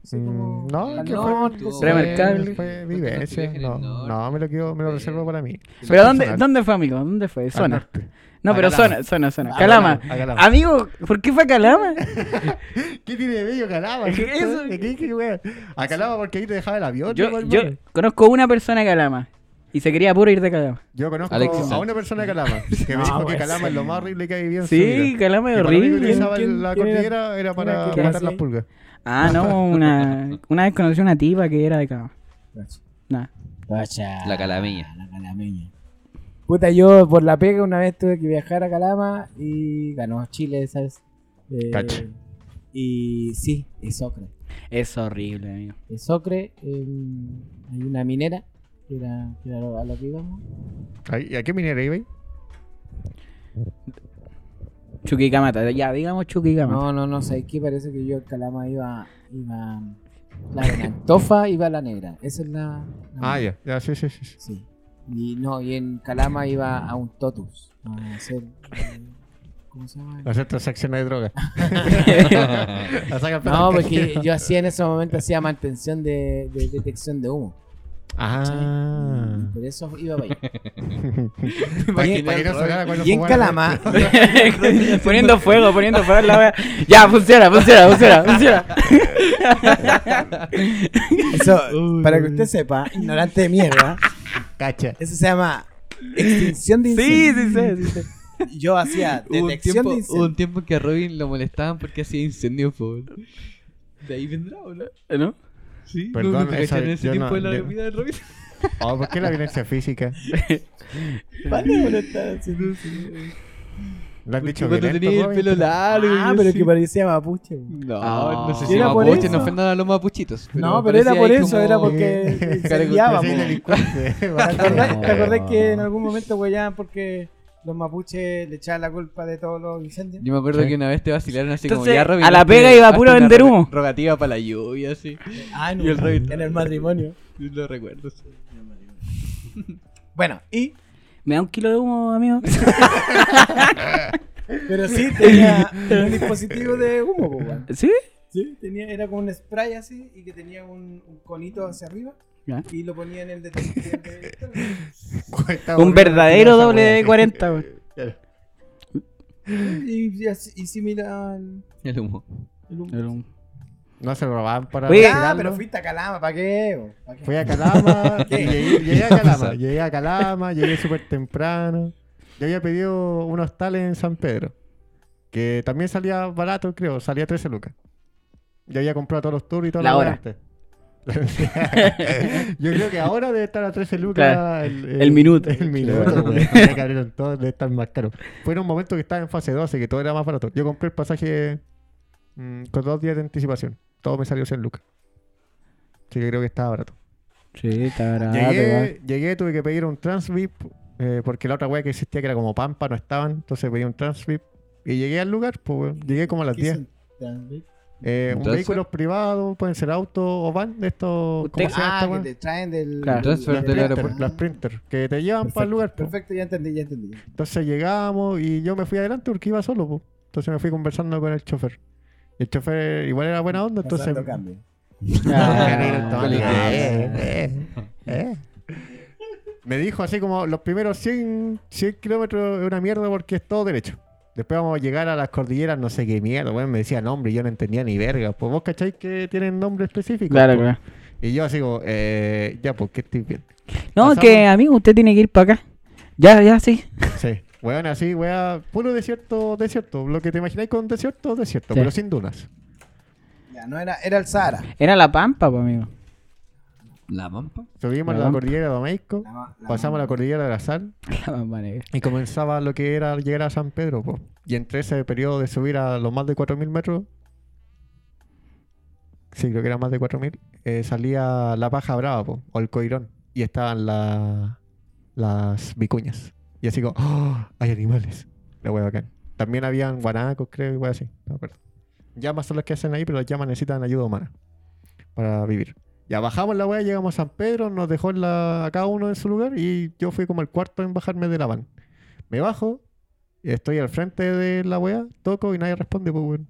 E: Así como-
A: Mm, No,
E: al
A: que
E: norte,
A: fue,
D: tú-
A: fue-
B: Remarcable.
A: Fue
D: Tú estás tu
A: vivencia.
D: viaje en
A: No,
D: el norte.
A: no, me lo, quiero, me lo reservo para mí.
B: ¿Pero dónde,
A: personal.
B: dónde fue, amigo? ¿Dónde fue?
A: Al
B: Zona.
A: norte.
B: No,
A: A
B: pero
A: Calama.
B: zona, zona, zona.
A: A
B: Calama.
A: Calama, a Calama.
B: Amigo, ¿por qué fue a Calama?
A: ¿Qué tiene de bello Calama?
B: ¿Qué
A: ¿Qué
B: eso?
A: ¿Qué, qué, wea? A Calama porque ahí te dejaba el avión.
B: Yo,
A: igual,
B: yo
A: bueno.
B: conozco una persona de Calama y se quería puro ir de Calama.
A: Yo conozco
D: Alexis
A: a
D: Sánchez.
A: una persona de Calama que me
E: No,
A: dijo que
E: pues.
A: Calama es lo más horrible que ha vivido en su
B: Ah, Sí,
A: vida.
B: Calama es
A: Que para mí
B: horrible.
A: utilizaba
E: ¿Quién-
A: la
E: quién era?
A: cordillera era para
E: ¿Quién era?
A: matar las
E: Sí.
A: pulgas.
B: Ah, no, una, una vez conocí una tipa que era de Calama. Nada.
D: Ah.
E: Guacha.
D: La calameña.
E: La calameña. Puta, yo por la pega una vez tuve que viajar a Calama y ganó Chile, ¿sabes? Eh,
A: Cacha.
E: Y sí, es ocre.
B: Es horrible, amigo.
E: Es ocre. eh, hay una minera que era, que era a lo que íbamos.
A: Ay, ¿Y a qué minera
E: Mm.
A: iba ahí?
B: Chuquicamata, ya digamos Chuquicamata.
E: No, no, no sé. Aquí parece que yo en Calama iba. iba la de la Antofa iba a la negra. Esa es la. la
A: Ah, ya, ya, sí, sí, sí. sí.
E: Sí. Y no, y en Calama iba a un totus. A hacer. eh, ¿Cómo se llama?
A: Hacer transacciones de droga. La sacan para
E: No,
A: el
B: pues,
E: porque
A: cajero.
E: yo hacía en ese momento hacía mantención de, de detección de humo.
A: Ah.
E: Y Por eso iba para allá.
A: Para
E: imaginé
A: que para que no sonara cuando
E: Y en
A: jugara.
E: Calama,
B: poniendo fuego, poniendo fuego en la wea. Ya, funciona, funciona, funciona, funciona.
E: eso, para que usted sepa, ignorante de mierda,
A: Cacha.
E: eso se llama extinción de
B: Sí,
E: incendios.
B: sí, sí, sí, sí.
E: Yo hacía
D: Hubo un,
E: detección
D: tiempo,
E: de
D: hubo
E: incendios.
D: un tiempo que a Robin lo molestaban porque hacía incendio, por favor. De ahí vendrá, ¿o no?
B: ¿No?
D: Sí,
A: Perdón,
D: ¿no, no te
A: esa-
D: cacharon ese
A: yo
D: tiempo
A: no-
D: de la
A: yo-
D: vida de Robin?
A: Oh, ¿por qué la violencia física?
E: Vale, lo estaba haciendo.
A: ¿Le han
D: Porque
A: dicho
D: cuando
A: violento,
D: tenía el
A: Robin?
D: pelo largo. y
E: Ah, pero
D: así.
E: que parecía mapuche.
D: No,
B: Ah.
D: no sé
B: Y
D: si
E: era por
D: mapuche,
E: eso.
D: no ofendan a los mapuchitos.
E: No, pero era
D: parecía
E: por
D: ahí
E: eso,
D: como-
E: era porque
A: Yo
E: incendiábamos.
A: soy
E: ¿Te
A: delincuente.
E: acordás, te acordás que en algún momento huellaban porque los mapuches le echaban la culpa de todos los incendios?
D: Yo me acuerdo
A: Sí.
D: que una vez te vacilaron así como
B: Entonces,
D: ya Robin.
B: a la
D: hazte-
B: pega iba
D: hazte
B: puro a
D: una
B: vender
D: ro-
B: humo.
D: Rogativa para la lluvia, así.
E: Ah, en,
D: Y el rey.
E: en el matrimonio.
D: Lo recuerdo. sí.
E: Bueno, y
B: ¿Me da un kilo de humo, amigo?
E: Pero sí, tenía un dispositivo de humo, po, weón.
B: ¿Sí?
E: Sí, tenía, era como un spray así y que tenía un, un conito hacia arriba
B: Ya.
E: y lo ponía en el detector.
B: Un verdadero doble de 40, güey.
E: y, y, así- y similar al-
D: El humo.
E: el humo.
A: No se lo robaban para
B: Oye,
E: Ah,
A: retirarlo.
E: pero fuiste a Calama, ¿para qué? po? ¿Pa qué?
A: Fui a Calama,
E: ¿Qué?
A: llegué, llegué a
D: ¿Qué
A: Calama,
D: pasó?
A: llegué a Calama, llegué súper temprano. Yo había pedido unos tales en San Pedro, que también salía barato, creo, salía 13 lucas. Yo había comprado todos los tours y todo
B: La hora.
A: Yo creo que ahora debe estar a 13 lucas
B: Claro,
A: el,
B: el minuto.
A: El
D: Claro.
A: minuto, güey. Ya cabrón, todo debe estar más caro. Fue en un momento que estaba en fase 12, que todo era más barato. Yo compré el pasaje mm, con dos días de anticipación. Todo me salió 100 lucas. Así que creo que estaba barato.
B: Sí, está
D: Ah,
A: Llegué, llegué, tuve que pedir un transvip eh, porque la otra wea que existía que era como Pampa no estaban, entonces pedí un transvip y llegué al lugar, pues weón. llegué como a las
E: ¿Qué
A: 10.
E: son tan-
A: Eh, un
D: Entonces-
A: vehículo privado, pueden ser autos o van de estos. ¿Cómo
B: Usted-
A: se llama esta
E: Ah, que
A: weá?
E: te traen del...
B: Claro.
D: Transfer
A: Las
D: del
A: Sprinter,
D: aeropuerto.
A: las Sprinter, que te llevan para el lugar. pues. po.
E: Perfecto, ya entendí, ya entendí.
A: Entonces llegamos y yo me fui adelante porque iba solo. po. Entonces me fui conversando con el chofer. El chofer igual era buena onda, entonces. mm.
E: Pasando cambio.
A: Ah, que no era automático.
D: Ah,
A: Eh, eh, eh. Me dijo así como los primeros 100, 100 kilómetros es una mierda porque es todo derecho. Después vamos a llegar a las cordilleras, no sé qué mierda. Bueno, me decía nombre y yo no entendía ni verga. Pues vos cacháis que tienen nombre específico. Pues,
B: Claro, claro.
A: Y yo así como, eh, ya, pues que estoy bien.
B: No,
A: Pasamos-
B: que amigo, usted tiene que ir para acá. Ya, ya, sí.
A: Sí. Weón, así, weá, puro desierto, desierto. Lo que te imagináis con desierto, desierto,
B: Sí.
A: pero sin dunas.
E: Ya, no era, era el Sahara.
B: Era la pampa, pues, amigo.
D: La mampa.
A: Subimos
B: La
A: la,
B: Pampa.
A: cordillera de México,
E: La ma- la
A: pasamos la cordillera de la sal
B: La pampa negra.
A: y comenzaba lo que era llegar a San Pedro, po. Y entre ese periodo de subir a los más de 4.000 metros, sí, creo que era más de 4.000, eh, salía la paja brava, po, o el coirón, y estaban la- las vicuñas. Y así como, ¡oh! Hay animales. La wea bacán. También habían guanacos, creo, y wea así. No me acuerdo. Llamas son las que hacen ahí, pero las llamas necesitan ayuda humana para vivir. Ya bajamos la wea, llegamos a San Pedro, nos dejó en la, a cada uno en su lugar y yo fui como el cuarto en bajarme de la van. Me bajo, estoy al frente de la wea, toco y nadie responde, pues weón.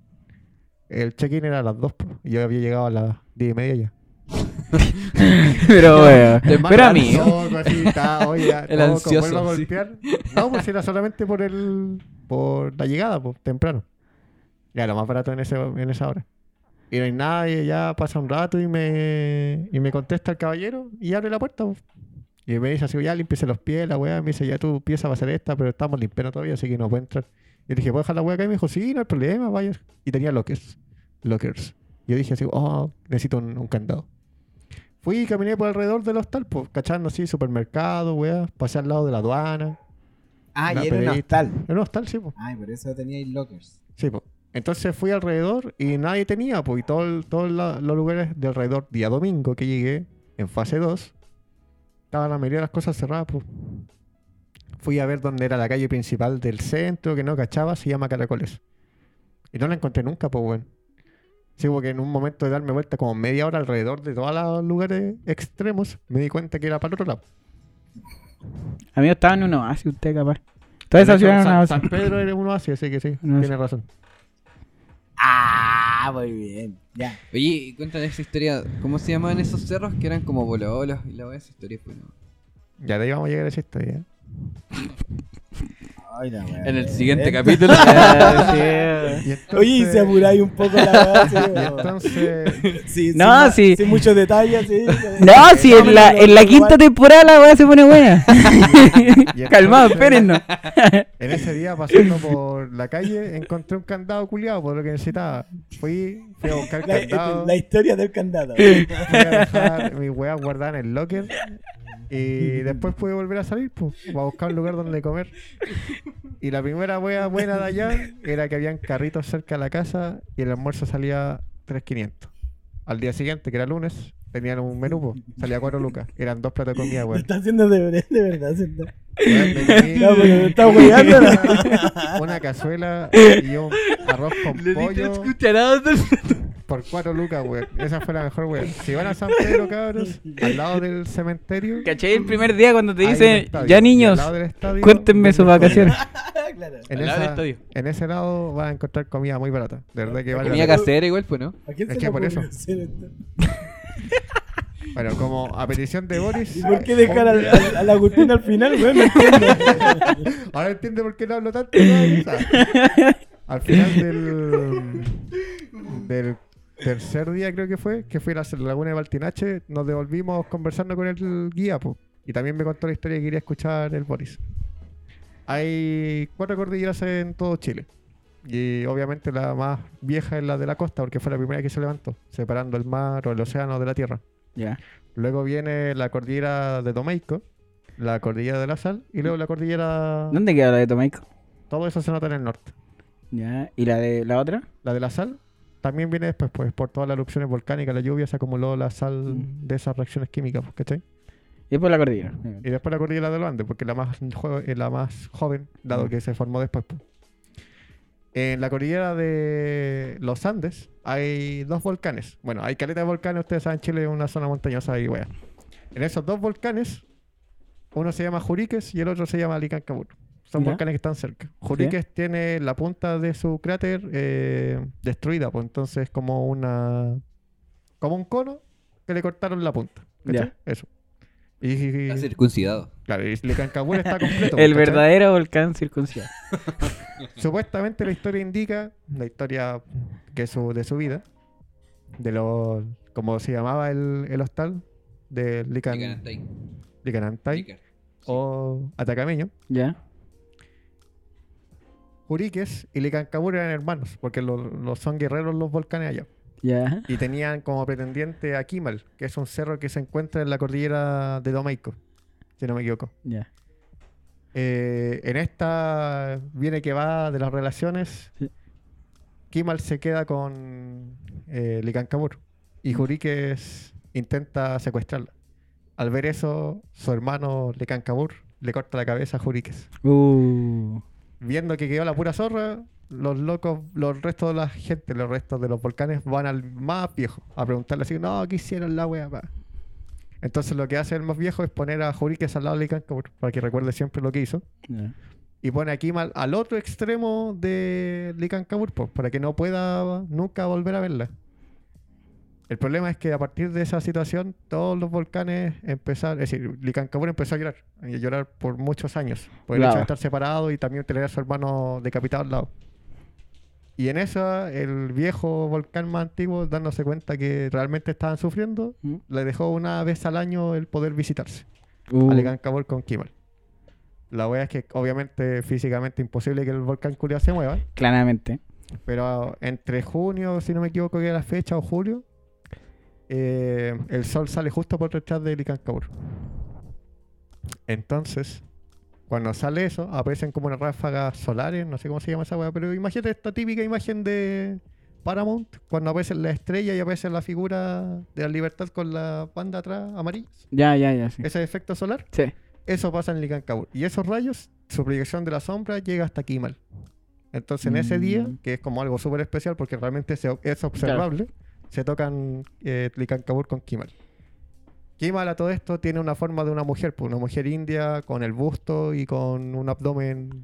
A: El check-in era a las 2 y yo había llegado a las 10 y media ya.
B: Pero, weón.
D: Te
B: Pero
D: mandan
B: amigo.
A: Toco así, está, oye, ya,
D: El
A: toco,
D: ansioso,
A: vuelvo a
D: sí.
A: golpear. No, pues era solamente por el por la llegada, pues, temprano. Ya lo más barato en ese en esa hora. Y no hay nadie, ya pasa un rato y me y me contesta el caballero y abre la puerta. pues. Y me dice así, ya límpiese los pies, la weá. Me dice, ya tu pieza va a ser esta, pero estamos limpiando todavía, así que no puede entrar. Y le dije, ¿puedo dejar la weá acá? Y me dijo, sí, no hay problema, vaya. Y tenía lockers. Lockers. Yo dije así, oh, necesito un, un candado. Fui y caminé por alrededor del hostal, pues, cachando así, supermercado, weá. Pasé al lado de la aduana.
E: Ah,
A: La
E: y era un
A: pedí.
E: hostal.
A: Era un hostal, sí, pues.
E: Ay, por eso tenía lockers.
A: Sí, po. Entonces fui alrededor y nadie tenía, pues, y todos los lugares de alrededor, día domingo que llegué, en fase 2, estaban la mayoría de las cosas cerradas, pues. Fui a ver dónde era la calle principal del centro, que no cachaba, se llama Caracoles. Y no la encontré nunca, pues, bueno. Sí, porque en un momento de darme vuelta como media hora alrededor de todos los lugares extremos, me di cuenta que era para el otro lado.
B: Amigo, estaba en un oasis usted, capaz. Toda esa
A: De hecho,
B: ciudad era una
A: San,
B: oasis.
A: San Pedro era uno así, así que sí,
B: Un oasis.
A: tienes razón.
E: Ah, muy bien. Ya.
D: Oye, y cuentan esa historia. ¿Cómo se llamaban esos cerros que eran como bololos? Y la wea, esa historia es buena.
A: Ya de ahí vamos a llegar a esa historia. ¿eh?
E: Ay, la wea.
D: En el siguiente
E: Eh,
D: capítulo.
B: Eh, sí.
A: Y
E: Oye, y se
A: entonces-
E: apuráis un poco la verdad.
A: Entonces,
E: Sí,
B: No,
E: sin-
B: sí.
E: Sin muchos detalles, sí.
A: Eh,
B: No, si en la, en la
E: Igual.
B: quinta temporada la weá se pone buena.
A: Y entonces-
B: Calmado, espérennos.
A: en ese día pasando por la calle encontré un candado culiado por lo que necesitaba. Fui, fui a buscar
E: La,
A: candado,
E: la historia del candado.
A: fui a dejar mis weas guardadas en el locker y después pude volver a salir pues, a buscar un lugar donde comer. Y la primera wea buena de allá era que habían carritos cerca de la casa y el almuerzo salía 3.500. Al día siguiente, que era lunes, tenían un menú, po, salía 4 lucas. Eran dos platos de comida,
E: Lo
A: weón.
E: está haciendo de, ver- de verdad, ¿cierto?
A: Weón, me comí-
E: No, pero me está hueando.
A: una, una cazuela y un arroz con pollo por cuatro lucas, weón. Esa fue la mejor, weón. Si van a San Pedro, cabros, al lado del cementerio.
B: ¿Cachai? El primer día cuando te
A: hay un
B: dicen,
A: estadio. Y
B: ya
A: al
B: niños,
A: lado del estadio
B: cuéntenme
A: venden
B: sus
A: comida.
B: vacaciones.
E: claro.
A: En,
D: Al
A: esa-
D: lado del estadio.
A: en ese lado vas a encontrar comida muy barata. De verdad que vale
D: Comida
A: la pena.
D: casera igual, pues, ¿no?
E: ¿A quién
A: Es
E: se
A: que
E: le
A: por
E: ocurrió
A: eso.
E: hacer esto?
A: Bueno, como a petición de Boris. eh,
E: ¿Y por qué dejar al- al- a, la Agustín al final, weón? No entiendo.
A: Ahora entiende por qué no hablo tanto. ¿no? O sea, al final del, del tercer día creo que fue, que fui a la laguna de Baltinache, nos devolvimos conversando con el guía, po, y también me contó la historia que quería escuchar el Boris. Hay cuatro cordilleras en todo Chile. Y obviamente la más vieja es la de la costa, porque fue la primera que se levantó, separando el mar o el océano de la tierra.
B: Ya.
A: Luego viene la cordillera de Tomeico, la cordillera de la sal, y luego la cordillera
B: ¿Dónde queda la de Tomaico?
A: todo eso se nota en el norte.
B: Ya. ¿Y la de la otra?
A: La de la sal también viene después, pues por todas las erupciones volcánicas, la lluvia se acumuló la sal
B: Mm.
A: de esas reacciones químicas, pues, ¿cachai?
B: Y es por la cordillera.
A: Y después la eh, cordillera de los Andes, porque es la más, jo- es la más joven, dado que se formó después. pues. En la cordillera de los Andes hay dos volcanes. Bueno, hay caleta de volcanes, ustedes saben, Chile es una zona montañosa y wea. En esos dos volcanes, uno se llama Juriques y el otro se llama Licancabur. Son
B: Ya.
A: volcanes que están cerca. Juriques tiene la punta de su cráter eh, destruida, pues entonces como una. como un cono que le cortaron la punta. ¿cachai? Eso. Y, y-
D: Está circuncidado.
A: claro, y Licancabur está completo.
B: El
A: ¿cachai?
B: verdadero volcán circuncidado.
A: Supuestamente la historia indica, la historia que su, de su vida, de lo, como se llamaba el, el hostal, de Lican,
D: Licanantay.
A: Licanantay
D: Licar.
A: o Atacameño.
B: Ya.
A: Juriques y Licancabur eran hermanos, porque lo- lo- son guerreros los volcanes allá.
B: Ya.
A: Y tenían como pretendiente a Kimal, que es un cerro que se encuentra en la cordillera de Domaico, si no me equivoco.
B: Ya.
A: Eh, en esta viene que va de las relaciones.
B: Sí.
A: Kimal se queda con eh, Licancabur y Juriques intenta secuestrarla. Al ver eso, su hermano Licancabur le corta la cabeza a Juriques.
B: Uh.
A: Viendo que quedó la pura zorra, los locos, los restos de la gente, los restos de los volcanes van al más viejo a preguntarle así, no, ¿qué hicieron la wea? pa?". Entonces lo que hace el más viejo es poner a Juriques al lado de Licancabur para que recuerde siempre lo que hizo.
B: Ya.
A: Y pone aquí mal al otro extremo de Licancabur po, para que no pueda nunca volver a verla. El problema es que a partir de esa situación todos los volcanes empezaron, es decir, Licancabur empezó a llorar, a llorar por muchos años, por el hecho
B: Claro.
A: de estar separado y también tener a su hermano decapitado al lado. Y en eso el viejo volcán más antiguo, dándose cuenta que realmente estaban sufriendo,
B: ¿Mm?
A: le dejó una vez al año el poder visitarse
B: Uh.
A: a Licancabur con Kimal. La wea es que obviamente físicamente imposible que el volcán culiao se mueva,
B: Claramente.
A: pero entre junio, si no me equivoco que era la fecha, o julio, eh, el sol sale justo por detrás de Licancabur. Entonces, cuando sale eso, aparecen como unas ráfagas solares, no sé cómo se llama esa wea, pero imagínate esta típica imagen de Paramount, cuando aparece la estrella y aparece la figura de la libertad con la banda atrás amarilla.
B: Ya, ya, ya, sí.
A: Ese efecto solar.
B: Sí.
A: Eso pasa en Licancabur. Y esos rayos, su proyección de la sombra llega hasta Kimal. Entonces en ese día,
B: Mm.
A: que es como algo súper especial porque realmente se- es observable, se tocan eh, Licancabur con Kimal. Kimal a todo esto tiene una forma de una mujer, pues, una mujer india con el busto y con un abdomen
B: A mí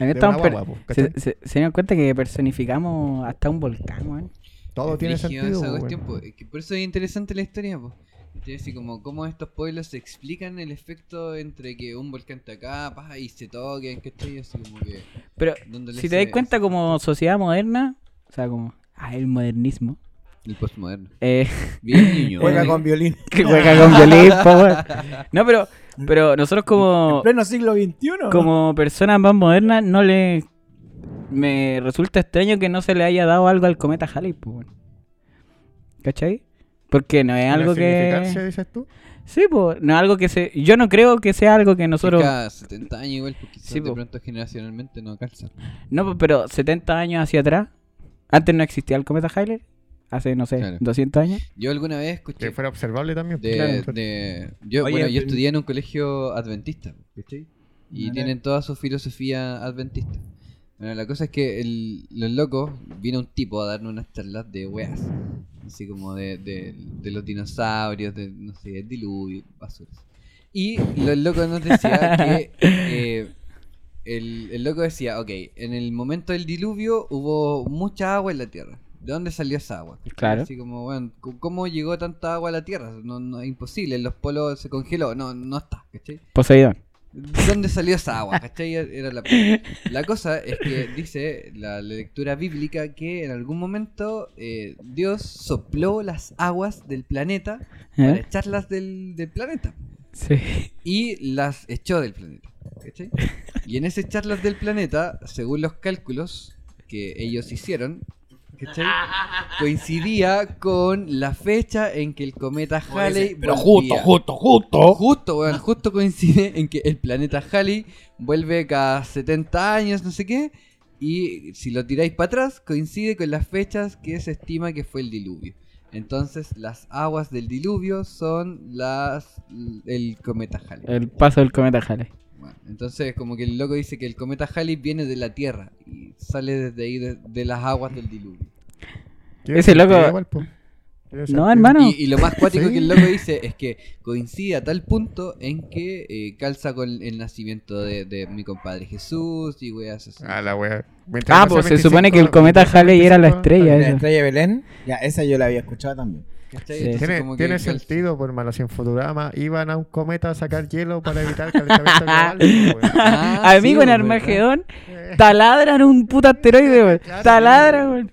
A: de una
B: estamos per-
A: guagua, pues,
B: se,
A: ¿cachai?
B: se, se dieron cuenta que personificamos hasta un volcán, weón.
A: Todo
D: Es
A: tiene
D: brígido
A: sentido.
D: esa
A: pues,
D: cuestión,
A: weón.
D: po. Es que por eso es interesante la historia, po. ¿Cachai? Así como cómo estos pueblos se explican el efecto entre que un volcán te acá, pa, y se toquen, ¿cachai? Así como que...
B: Pero
D: dándole
B: si te das
D: ese-
B: cuenta como sociedad moderna, o sea, como ah, el modernismo,
D: El postmoderno.
B: eh,
D: Bien, niño.
E: Juega
D: Bien.
E: con violín.
B: que juega con violín, po, weón. No, pero, pero nosotros como,
E: Pleno siglo XXI.
B: como personas más modernas no le... Me resulta extraño que no se le haya dado algo al cometa Halley, po, weón. ¿Cachai? Porque no es
A: ¿Tiene
B: algo
A: significancia,
B: que...
A: dices tú?
B: Sí, pues, no es algo que se... Yo no creo que sea algo que
D: Cerca
B: nosotros...
D: de 70 años igual, porque quizás
B: Sí,
D: de
B: po.
D: pronto generacionalmente no calza.
B: No, po, pero 70 años hacia atrás, antes no existía el cometa Halley, hace, no sé,
D: Claro.
B: 200 años.
D: Yo alguna vez escuché...
A: Que fuera observable también. pues,
D: de,
A: claro.
D: de- yo,
E: Oye,
D: bueno, yo
E: pero-
D: estudié en un colegio adventista, ¿cachai? Y
E: Vale.
D: tienen toda su filosofía adventista. Bueno, la cosa es que el, los locos vino un tipo a darnos unas charlas de weas. Así como de, de, de los dinosaurios, de no sé, el diluvio, basuras. Y los locos nos decía que eh, el, el loco decía, ok, en el momento del diluvio hubo mucha agua en la tierra. ¿De dónde salió esa agua?
B: Claro.
D: Así como, bueno, c- ¿cómo llegó tanta agua a la tierra? No, no, es imposible, en los polos se congeló, no, no está, ¿cachai?
B: Poseidón.
D: ¿De dónde salió esa agua? ¿Cachai? Era la... la cosa es que dice la lectura bíblica que en algún momento eh, Dios sopló las aguas del planeta para
B: ¿Eh?
D: echarlas del, del planeta
B: Sí.
D: y las echó del planeta. ¿cachai? Y en esas charlas del planeta, según los cálculos que ellos hicieron, ¿cachai? coincidía con la fecha en que el cometa Halley.
E: Pero
D: volvía.
E: justo, justo, justo.
D: Justo, weón, justo coincide en que el planeta Halley vuelve cada 70 años, no sé qué. Y si lo tiráis para atrás, coincide con las fechas que se estima que fue el diluvio. Entonces, las aguas del diluvio son las el cometa Halley.
B: El paso del cometa Halley.
D: bueno, entonces como que el loco dice que el cometa Halley viene de la Tierra y sale desde ahí, de, de las aguas del diluvio.
A: Tiene
B: Ese
A: sentido
B: loco-
A: igual, po. Tiene
B: No,
A: sentido.
B: hermano.
D: Y, y lo más cuático
A: Sí.
D: que el loco dice es que coincide a tal punto en que eh, calza con el nacimiento de, de mi compadre Jesús y weas así.
A: Ah, la wea. Mientras
B: Ah,
A: no sea
B: pues se
A: 25,
B: supone que el
A: no-
B: cometa
A: mientras no sea
B: Halley era la
A: 25,
B: estrella
E: La
B: esa.
E: estrella de Belén, ya, esa yo la había escuchado también.
D: ¿Cachai?
B: Sí.
D: Entonces
A: Tiene,
D: como que
A: tiene
D: calza-
A: sentido, por hermano. Si en Futurama iban a un cometa a sacar hielo para evitar el calentamiento global, pues, weón.
D: Ah, sí,
B: Amigo en
D: weón,
B: Armagedón, taladran un puta asteroide, weón.
A: Claro,
B: Taladran, weón.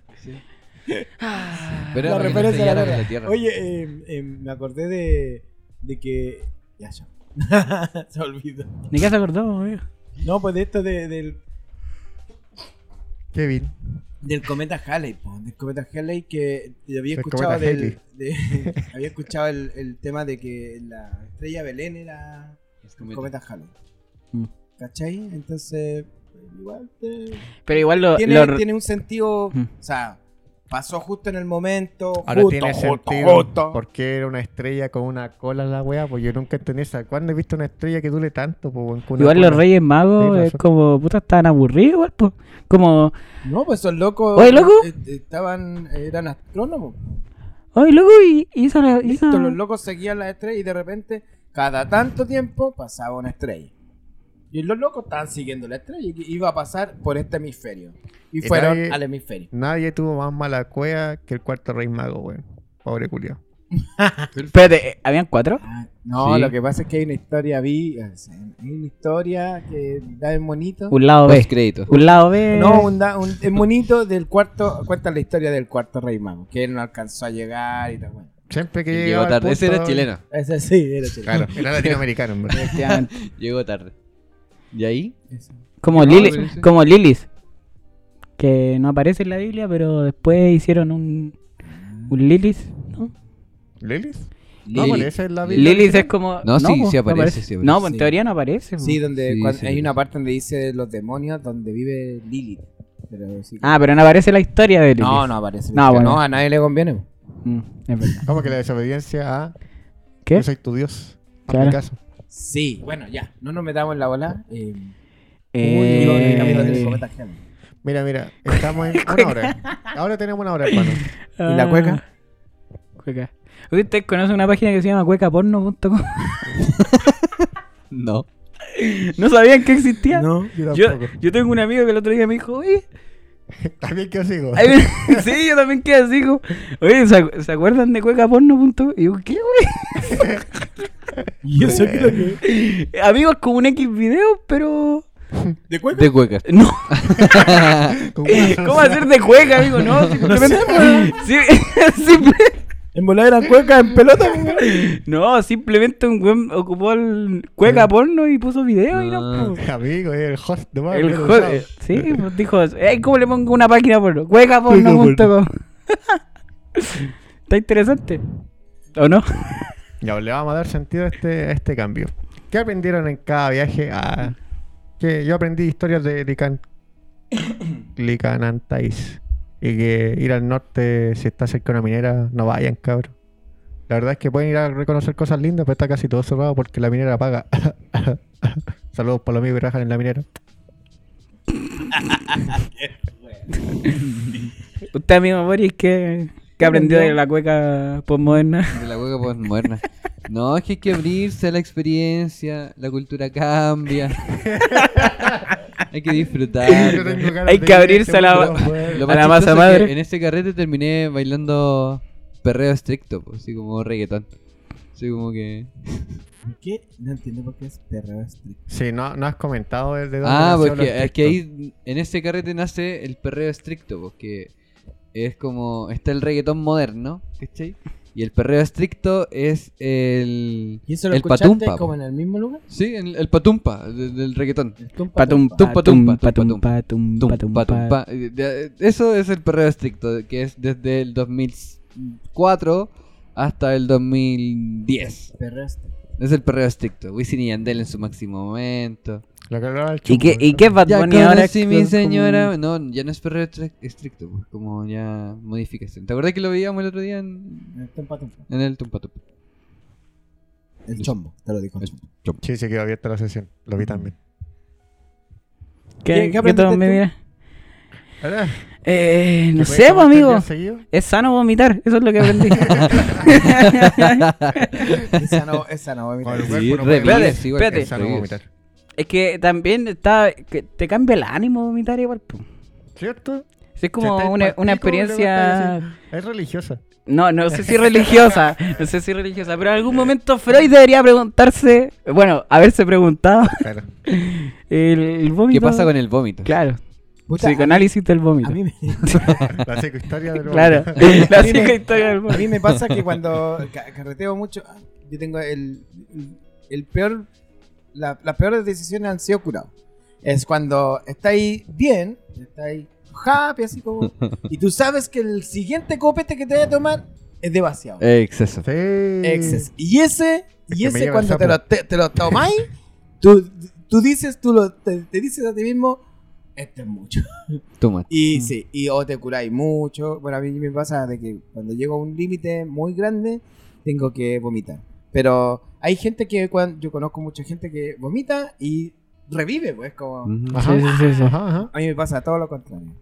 D: Pero
E: la
D: porque no
E: referencia
D: se
E: a la
D: llama
E: Lola.
D: la Tierra.
E: Oye, eh, eh, me acordé de, de que. Ya, ya. se olvidó.
B: Ni qué se acordó, amigo.
E: No, pues de esto de- del,
A: Kevin.
E: del cometa Halley, po, del cometa Halley que yo había
A: Del
E: escuchado
A: cometa
E: del, de- había escuchado el, el tema de que la estrella Belén era
D: Es
E: el
D: cometa.
E: cometa Halley.
B: Mm.
E: ¿Cachai? Entonces, igual te-
B: Pero igual lo.
E: tiene,
B: lo-
E: tiene un sentido,
B: Mm.
E: o sea, pasó justo en el momento,
A: Ahora
E: justo,
A: tiene
E: justo,
A: sentido
E: justo.
A: porque era una estrella con una cola la weá, pues yo nunca entendí esa. ¿Cuándo he visto una estrella que dure tanto? po, weón, con una
B: Igual los
A: cola?
B: Reyes Magos
A: Sí,
B: es
A: razón.
B: como, puta, estaban aburridos igual, pues. Como,
E: No, pues esos locos
B: Oye, loco.
E: eh, eh, estaban, eran astrónomos.
B: ay, loco, y y hizo la. hizo-
E: Listo, los locos seguían las estrellas y de repente, cada tanto tiempo, pasaba una estrella. Y los locos estaban siguiendo la estrella y que iba a pasar por este hemisferio. Y,
A: Y
E: fueron
A: nadie-
E: al hemisferio.
A: Nadie tuvo más mala cueva que el cuarto rey mago, weón. Pobre culiao.
B: Espérate, ¿eh? ¿habían cuatro?
E: No,
D: Sí.
E: lo que pasa es que hay una historia, vi, hay una historia que da el monito.
B: Un lado
D: Post
B: B.
D: crédito.
B: Un lado B.
E: No, un, da- un- el monito del cuarto, cuenta la historia del cuarto rey mago, que él no alcanzó a llegar y tal. Bueno,
A: Siempre que
D: Llegó
A: llegaba al
D: tarde. Ese
A: punto-
D: era chileno.
E: ese sí, era chico.
A: Claro, era latinoamericano, en verdad.
B: Efectivamente.
D: Llegó tarde. ¿Y ahí?
E: Ese.
B: Como,
D: No,
B: Lili-
D: pero ese-
B: como Lilis. Que no aparece en la Biblia, pero después hicieron un. Un Lilis. ¿no?
A: ¿Lilis? No,
D: No, Lili.
A: bueno, esa Ah, es la Biblia.
B: Lilis es como.
D: No, sí,
B: po,
D: sí aparece, sí aparece.
B: No, po, en
E: Sí.
B: teoría no aparece. po.
E: Sí, donde
D: Sí,
E: cuan-
D: sí,
E: hay
D: sí.
E: una parte donde dice los demonios donde vive Lilith. Pero sí que-
B: Ah, pero no aparece la historia de Lilis.
E: no, no aparece.
B: No,
E: No,
B: bueno.
E: no, a nadie le conviene.
B: Mm, es verdad.
A: Como que la desobediencia a
B: ¿Qué?
A: Yo soy tu Dios. Haz
B: Claro.
A: mi caso.
E: Sí, bueno, ya. No nos metamos en la bola. Eh,
B: Eh,
E: yo en el camino del cometa Halley.
A: Mira, mira, estamos en una hora. Ahora tenemos una hora, hermano.
E: ¿Y la cueca?
B: Ah, Cueca. ¿Usted conoce una página que se llama cuecaporno.com?
D: No.
B: ¿No sabían que existía?
A: No,
B: yo, yo tengo un amigo que el otro día me dijo, oye,
A: También que sigo.
B: hay un- sí, yo también quedé así, como, oye, ¿se, acu- se acuerdan de cuecaporno.com? Y yo, ¿qué,
E: Y eso creo que.
B: güey? Amigos con un X video, pero...
E: ¿De cueca?
D: De cuecas.
B: No,
A: Con una
B: ¿cómo hacer de cueca, amigo? No, simplemente... sí, simple-
E: En bola eran cuecas en pelota.
B: no, simplemente un güey ocupó el cueca porno y puso video y
D: Ah.
B: no... pues, po.
A: Amigo, es el host de
B: El joder, sí, pues dijo, "Ey, ¿cómo le pongo una página porno? Cuecaporno.com. Está interesante. ¿O no?
A: Ya, le vamos a dar sentido a este, a este cambio. ¿Qué aprendieron en cada viaje? Ah, que yo aprendí historias de Lican... Licanantais. Y que ir al norte, si está cerca de una minera, no vayan, cabrón. La verdad es que pueden ir a reconocer cosas lindas, pero está casi todo cerrado porque la minera paga. Saludos para los amigos que trabajan en la minera.
B: Usted, amigo Boris, ¿qué, qué aprendió de la cueca postmoderna?
D: De la cueca moderna. No, es que hay que abrirse a la experiencia. La cultura cambia. hay que
A: Yo
D: disfrutar.
A: tengo ganas
B: Hay
A: de
B: que
A: ir
B: abrirse
A: este
B: a la-
A: weón, weón.
D: Lo
B: A
D: más
B: la masa
D: chistoso es que
B: madre.
D: En este carrete terminé bailando perreo estricto, po, así como reggaetón. Así como que.
E: ¿Qué? No entiendo por qué es perreo estricto.
A: Sí, no, no has comentado desde dónde
D: Ah,
A: nació lo
D: porque es
A: estricto.
D: que ahí en este carrete nace el perreo estricto, porque es como. Está el reggaetón moderno, ¿cachai? Y el perreo estricto es el.
E: ¿Y eso lo
D: el
E: escuchaste
D: patumpa. po.
E: como en el mismo lugar?
D: Sí, el, el patumpa de- del reggaetón.
E: El tumpa
B: Patum,
D: tumpa,
E: tumpa.
D: tumpa,
B: patum,
D: tumpa,
B: patum, patum,
D: Tumpa,
B: patum,
D: tumpa. Eh, de- Eso es el perreo estricto, que es desde el 2004 hasta el 2010.
E: Perreo estricto.
D: Es el perreo estricto. Wisin y Yandel en su máximo momento.
A: Lo que hablaba el
B: ¿Y qué,
A: chumbo,
B: ¿Y qué es Bad
D: Ya
B: Bunny ahora?
D: conocí mi
B: Es como-
D: señora. No, ya no es perreo estri- estricto, pues, como ya modificación. ¿Te acuerdas que lo veíamos el otro día en,
E: El tumpa tumpa.
D: en el Tumpa Tumpa?
E: El chombo, te lo dijo. el chombo.
A: Sí, se quedó abierta la sesión. Lo vi también.
B: ¿Qué,
E: ¿Qué- qué
B: qué este?
E: aprendiste
B: tomé,
E: tú?
B: mira?
A: Ahora,
B: Eh,
A: ¿te
B: no
A: puedes
B: sé, pues,
A: tomar tres
B: amigo.
A: días seguidos?
B: Es sano vomitar, eso es lo que aprendí.
E: Esa no, esa no, mira.
A: Con el
D: Sí,
A: cuerpo no puede vomitar.
D: revives, igual que
B: espérate.
A: Esa no
D: revives.
A: vomitar.
B: es que también está, que te cambia el ánimo vomitar igual. po.
A: ¿Cierto?
B: Sí, es
A: Si
B: como
A: estáis
B: una, una
A: partito, luego estáis
B: experiencia...
A: así. Es religiosa.
B: No, no sé si religiosa, no sé si religiosa, pero en algún momento Freud debería preguntarse, bueno, haberse preguntado
A: Claro.
B: el, el vómito.
D: ¿Qué pasa con el vómito?
B: Claro,
E: Puta,
B: psicoanálisis del
E: a,
B: vómito.
E: mí me,
A: La psicohistoria del
B: Claro,
A: vómito.
B: la
E: A mí me-
B: psicohistoria del
E: a mí
B: vómito.
E: me pasa que cuando ca- carreteo mucho, ah, yo tengo el, el, el peor, la- las peores decisiones han sido curados. Es cuando estáis bien, estáis happy, así como, y tú sabes que el siguiente copete que te voy a tomar es demasiado.
D: Eh, Exceso.
A: Sí.
E: Exceso. Mm. Y ese,
A: Es que
E: y
A: me
E: ese
A: llega
E: cuando
A: el
E: te lo,
A: sapo.
E: te, te lo tomáis, tú, tú dices, tú lo, te, te dices a ti mismo, este es mucho.
D: Too much.
A: Mm.
E: Y sí, y o te curáis mucho. Bueno, a mí me pasa de que cuando llego a un límite muy grande, tengo que vomitar. Pero hay gente que, cuan- yo conozco mucha gente que vomita y revive, pues como...
D: Ujú.
A: Ajá,
B: Sí, sí, sí, sí.
A: ajá, ajá.
E: A mí me pasa todo lo contrario.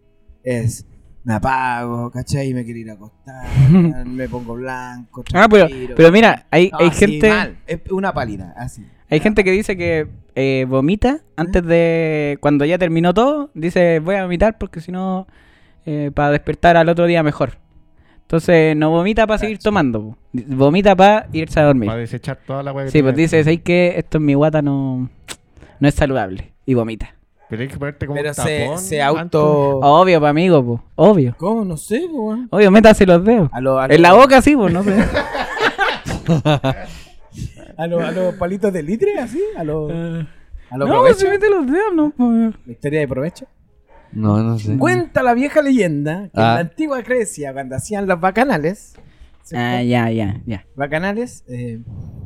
E: Es, me apago, ¿cachai? Me quiero ir a acostar, me pongo blanco.
B: Ah, pero,
E: transpiro.
B: pero mira, hay,
E: No,
B: hay
E: así,
B: gente...
E: Ah, mal. Es una pálida, así.
B: Hay gente que dice que eh, vomita antes de. Cuando ya terminó todo, dice voy a vomitar porque si no. eh, para despertar al otro día mejor. Entonces no vomita para seguir tomando. po. Vomita para irse a dormir.
A: Para desechar toda la hueá que
B: Sí, pues
A: tiene.
B: dice, ¿sabes que Esto en mi guata no. No es saludable. Y vomita.
A: Pero hay que ponerte como
E: Pero
A: un
E: se,
A: tapón
E: se
A: antes.
E: auto...
B: Obvio, para amigo, po. Obvio.
E: ¿Cómo? No sé, po, weón.
B: Obvio, métase los dedos.
E: A lo- a
B: En
E: lo-
B: la boca sí, pues, no sé.
E: A, lo- a los palitos de litre, así. A los... A los
B: no,
E: provechos.
B: se mete los dedos, no. pues, po.
E: La historia de provecho.
D: No, no
B: Mm.
D: sé.
E: Cuenta la vieja leyenda que en
D: Ah.
E: la antigua Grecia, cuando hacían los bacanales, ¿cierto?
B: Ah, ya, ya, ya.
E: bacanales, eh,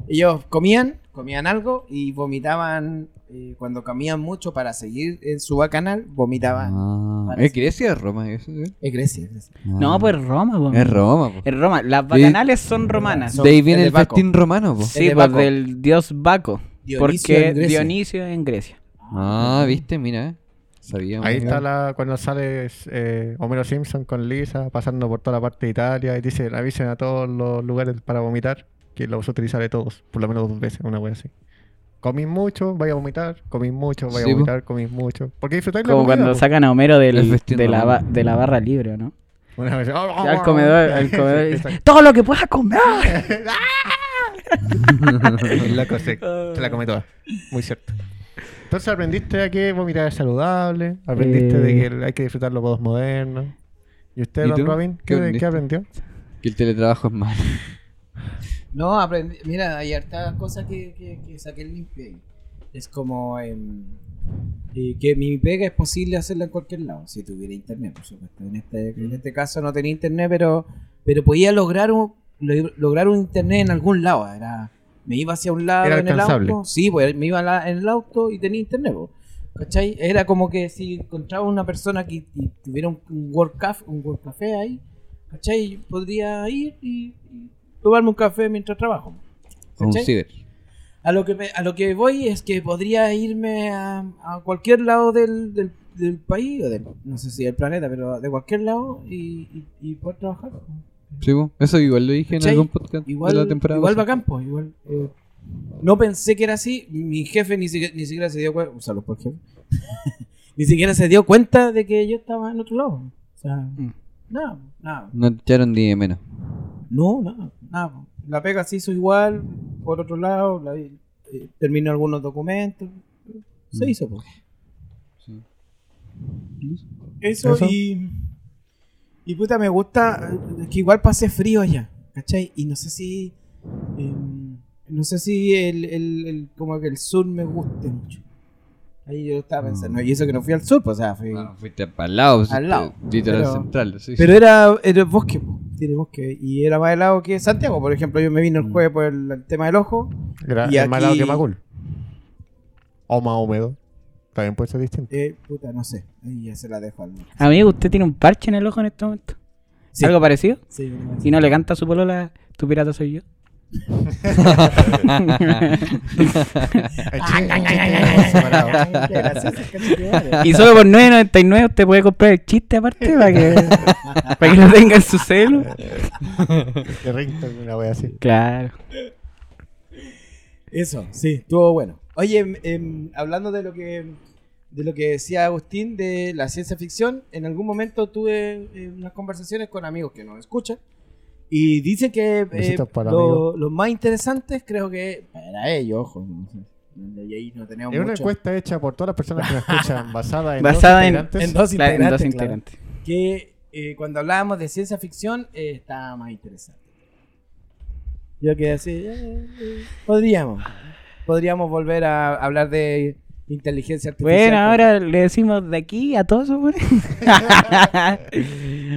E: ellos comían, comían algo y vomitaban eh, cuando comían mucho para seguir en su bacanal, vomitaban.
D: Ah, ¿Es Grecia o Roma? eso, eh?
E: Es Grecia, es Grecia.
B: No, pues Roma, po.
D: Es Roma, po.
B: En Roma, las bacanales son romanas.
E: Son-
D: De ahí viene
E: el
D: el,
E: de Baco.
D: festín romano, po.
E: El
B: Sí,
E: de
B: pues
E: Baco.
B: del dios Baco.
E: Dionisio
B: Porque
E: en Grecia.
B: Dionisio en Grecia.
D: Ah, viste, mira. eh. Sabíamos.
A: Ahí está la, cuando sale eh, Homero Simpson con Lisa pasando por toda la parte de Italia y dice, avisen a todos los lugares para vomitar, que los utilizaré todos, por lo menos dos veces, una wea así. Comís mucho, vaya a vomitar, comís mucho, vaya
D: Sí,
A: a
D: po.
A: vomitar, comís mucho. Porque disfrutáis la pues.
B: Como
A: comida,
B: cuando
A: po.
B: sacan a Homero del-
D: El festín
B: de, la, ba-
D: romano.
B: de la barra libre, ¿o ¿no?
A: Una vez, "Oh,
B: Al comedor, al comedor y
A: Ah, Sí,
B: dice, ¡Todo lo que puedas comer!
A: exacto. Loco, sí, se la come toda. Muy cierto. Entonces aprendiste a que vomitar es saludable, aprendiste
B: Eh.
A: de que hay que disfrutar los modos modernos. ¿Y usted,
D: ¿Y
A: don
D: tú?
A: Robin,
D: ¿Qué
A: qué, qué
D: aprendiste?
A: aprendió?
D: Que el teletrabajo es malo.
E: No, aprendí. Mira, hay hartas cosas que, que, que saqué limpio ahí. Es como em, eh, que mi pega es posible hacerla en cualquier lado, si tuviera internet, por supuesto. En este,
A: Mm.
E: en este caso no tenía internet, pero, pero podía lograr un, lo- lograr un internet en algún lado. Era, me iba hacia un lado
A: Era
E: en el
A: alcanzable.
E: auto. Sí, pues me iba a la- en el auto y tenía internet. po. ¿Cachai? Era como que si encontraba una persona que que tuviera un, un work caf- un work café ahí, ¿cachai? Podría ir y, y tomarme un café mientras trabajo.
D: Un
E: ¿cachai?
D: ciber.
E: A lo que me- a lo que voy es que podría irme a, a cualquier lado del, del, del país, o del, no sé si del planeta, pero de cualquier lado y, y, y poder trabajar.
D: Sí, po. Eso igual lo dije en
E: ¿Cachai?
D: algún podcast
E: Igual,
D: de la temporada.
E: igual
D: pasada.
E: bacán, pues, igual. eh, no pensé que era así, mi jefe ni siquiera, ni siquiera se dio cuenta, un saludo por jefe, ni siquiera se dio cuenta de que yo estaba en otro lado. O sea,
D: Mm.
E: nada, nada.
D: No te echaron ni de menos.
E: No, nada, nada. po. La pega se hizo igual, por otro lado, la, eh, terminó algunos documentos, se
D: Mm.
E: hizo. pues. po.
D: Sí.
E: Eso,
A: Eso.
E: y. Y puta, me gusta. eh, Que igual pasé frío allá, ¿cachai? Y no sé si. eh, no sé si el, el- el- como que el sur me guste mucho. Ahí yo lo estaba pensando. Y eso que no fui al sur, pues, o sea, fui.
D: Ah, fuiste para el lado.
E: Al lado.
D: Literal
E: Pero-
D: central. Sí,
E: Pero era, era bosque, po, tiene bosque. Y era más helado que Santiago, por ejemplo. Yo me vino
D: Mm.
E: el jueves por el, el tema del ojo.
A: Era
E: Y
A: es más helado
E: aquí-
A: que Macul. O más húmedo. También puede ser distinto.
E: Eh, puta, no sé. Ahí ya se la dejo al.
B: Amigo, usted tiene un parche en el ojo en este momento.
E: Sí.
B: ¿Algo parecido?
E: Sí,
B: ¿Y no le canta a su polola, tu pirata soy yo?
A: Separado.
B: Y solo por 9.99 usted puede comprar el chiste aparte para que, para que lo tenga en su celu.
A: Qué ringtone, una wea así.
B: Claro.
E: Eso, sí, estuvo bueno. Oye, em, em, hablando de lo que de lo que decía Agustín de la ciencia ficción, en algún momento tuve eh, unas conversaciones con amigos que nos escuchan y dicen que eh,
A: Besitos para
E: lo,
A: amigos.
E: lo más interesantes creo que para ellos, ojo, no sé, y ahí no tenemos
A: Es una
E: mucho,
A: encuesta hecha por todas las personas que nos escuchan, basada en.
B: Basada
A: dos
B: en-
A: integrantes.
E: en dos
B: Claro, en dos
E: integrantes, claro.
B: integrantes.
E: que eh, cuando hablábamos de ciencia ficción eh, estaba más interesante. Yo quedé así, eh, eh, podríamos, podríamos volver a hablar de inteligencia artificial.
B: Bueno, ahora le decimos de aquí a todos, hombre.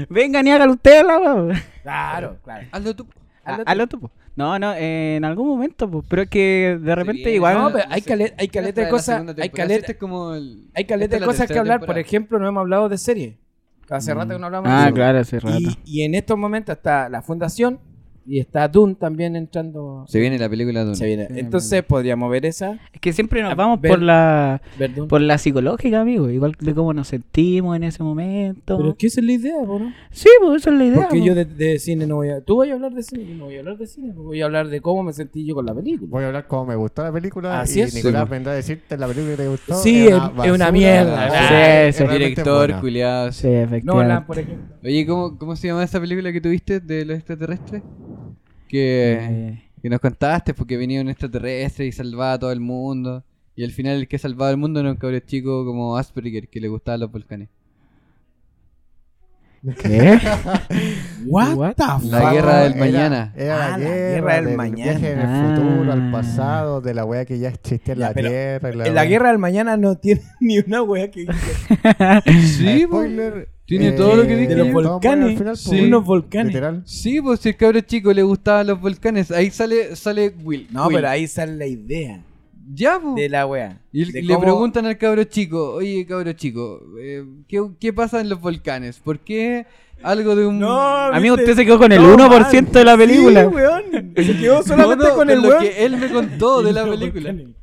B: Vengan y hágalo ustedes la wea.
E: Claro, claro. Ah,
D: Hazlo tú.
B: A-
E: Hazlo
B: Ah,
E: tú.
B: Hazlo tú, po. No, no, eh, en algún momento, po, pero es que de repente
D: viene,
B: igual...
E: No,
D: Bueno,
E: pero hay
D: sí.
E: caleta, hay
D: Esta
E: caleta
D: es
E: de
D: la
E: cosas,
D: segunda
E: hay
D: temporada. Este
E: caleta,
D: es como el-
E: hay caleta
D: esta es
E: de
D: la
E: cosas que
D: tercera
E: hablar. Por
D: temporada.
E: ejemplo, no hemos hablado de series. Hace rato que no hablamos de
B: Ah,
E: series.
B: claro, hace rato.
E: Y, y en estos momentos está la Fundación y está Dune también entrando.
D: Se viene la película de Dune.
E: Se viene.
B: Sí,
E: Entonces podríamos ver esa.
B: Es que siempre
E: Ah,
B: nos vamos
E: ver-
B: por la
E: Ver Dune.
B: por la psicológica, amigo. Igual de cómo nos sentimos en ese momento.
E: Pero es que esa es la idea, po, ¿no?
B: Sí, pues esa es la idea.
E: Porque
B: po.
E: yo de, de cine no voy a. Tú vas a hablar de cine, yo no voy a hablar de cine. pues Voy a hablar de cómo me sentí yo con la película.
A: Voy a hablar cómo me gustó la película
E: Así
A: y
E: es.
D: Sí,
A: Nicolás
D: po.
A: vendrá a decirte la película que te gustó.
E: Sí, es- es una
A: basura,
E: mierda.
A: es-
B: Sí,
A: es
B: sí.
A: realmente
D: Director,
A: buena.
D: culiado.
B: Sí, efectivamente.
E: Nolan, por ejemplo.
D: Oye, ¿cómo, ¿cómo se llama esa película que tuviste de los extraterrestres? Que,
B: Eh,
D: que nos contaste porque venía un extraterrestre y salvaba a todo el mundo. Y al final el que salvaba al mundo era un cabrón chico como Asperger que le gustaban los volcanes.
B: ¿Qué?
E: What,
B: What?
E: the
D: La
E: fuck?
D: guerra del
A: Era-
D: mañana.
A: Era
E: Ah,
A: la guerra del mañana. Viaje en el
B: Ah.
A: futuro, al pasado, de la wea que ya existía en
E: Ya,
A: la
E: pero
A: Tierra. y
E: En la
A: wea.
E: guerra del mañana no tiene ni una wea que
D: Sí, pues.
A: Spoiler. eh,
D: Tiene todo lo que dije
E: de los
D: yo.
A: todos mueren
E: volcanes.
A: al final,
D: Sí.
A: pues,
E: Unos volcanes.
A: Literal.
D: Sí, pues si el cabrón chico le gustaban los volcanes. Ahí sale, sale Will.
E: No,
D: Will.
E: pero ahí sale la idea
D: Ya, pues.
E: de la wea.
D: Y el-
E: De
D: le
E: cómo-
D: preguntan al cabro chico, oye cabro chico, eh, ¿qué, qué pasa en los volcanes? ¿Por qué algo de un...
E: No,
B: Amigo,
E: viste,
B: usted se quedó con el
E: todo
B: 1% de
E: mal.
B: la película.
E: Sí, weón. Se quedó solamente
D: No, no,
E: con el
D: lo
E: weón.
D: que él me contó de la
E: Los
D: película.
E: volcanes.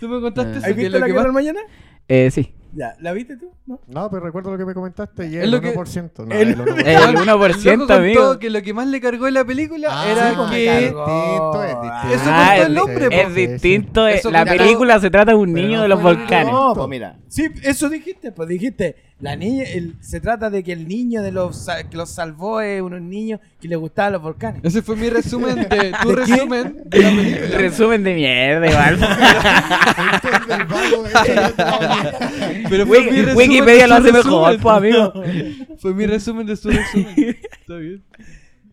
D: Tú me contaste
B: Ah.
D: eso,
E: ¿Has
D: que
E: visto
D: lo
E: la
D: que
E: guerra del
D: pasa...
E: mañana?
B: Eh, sí.
E: Ya, ¿la viste tú? No.
A: No, pero recuerdo lo que me comentaste y
D: Es
A: el
D: lo que-
A: 1%. No,
E: el-
A: el 1%.
B: Eh, El 1%,
D: loco contó
B: amigo.
D: que lo que más le cargó en la película era
E: sí, pues, me
D: que...
E: cargó.
D: Eso
B: Ah,
D: contó
B: es,
D: el hombre,
B: es
D: po.
B: distinto. eh,
D: Eso
B: la
D: contó-
B: película se trata de un
A: Pero
B: niño
A: no
B: de los
A: fue-
B: volcanes.
A: no.
E: pues mira. Sí, eso dijiste, pues dijiste. La niña, el- se trata de que el niño de los sa- que los salvó es unos niños que les gustaban los volcanes.
D: Ese fue mi resumen de... Tu
E: ¿De qué?
D: resumen de la película.
B: Resumen de mierda, igual.
A: Entonces, el vago ese-
D: Pero fue mi
B: Wiki-
D: resumen
B: Wikipedia lo
D: de su
B: hace
D: resumen.
B: mejor, pues, amigo.
D: Fue mi resumen de su resumen. Está bien.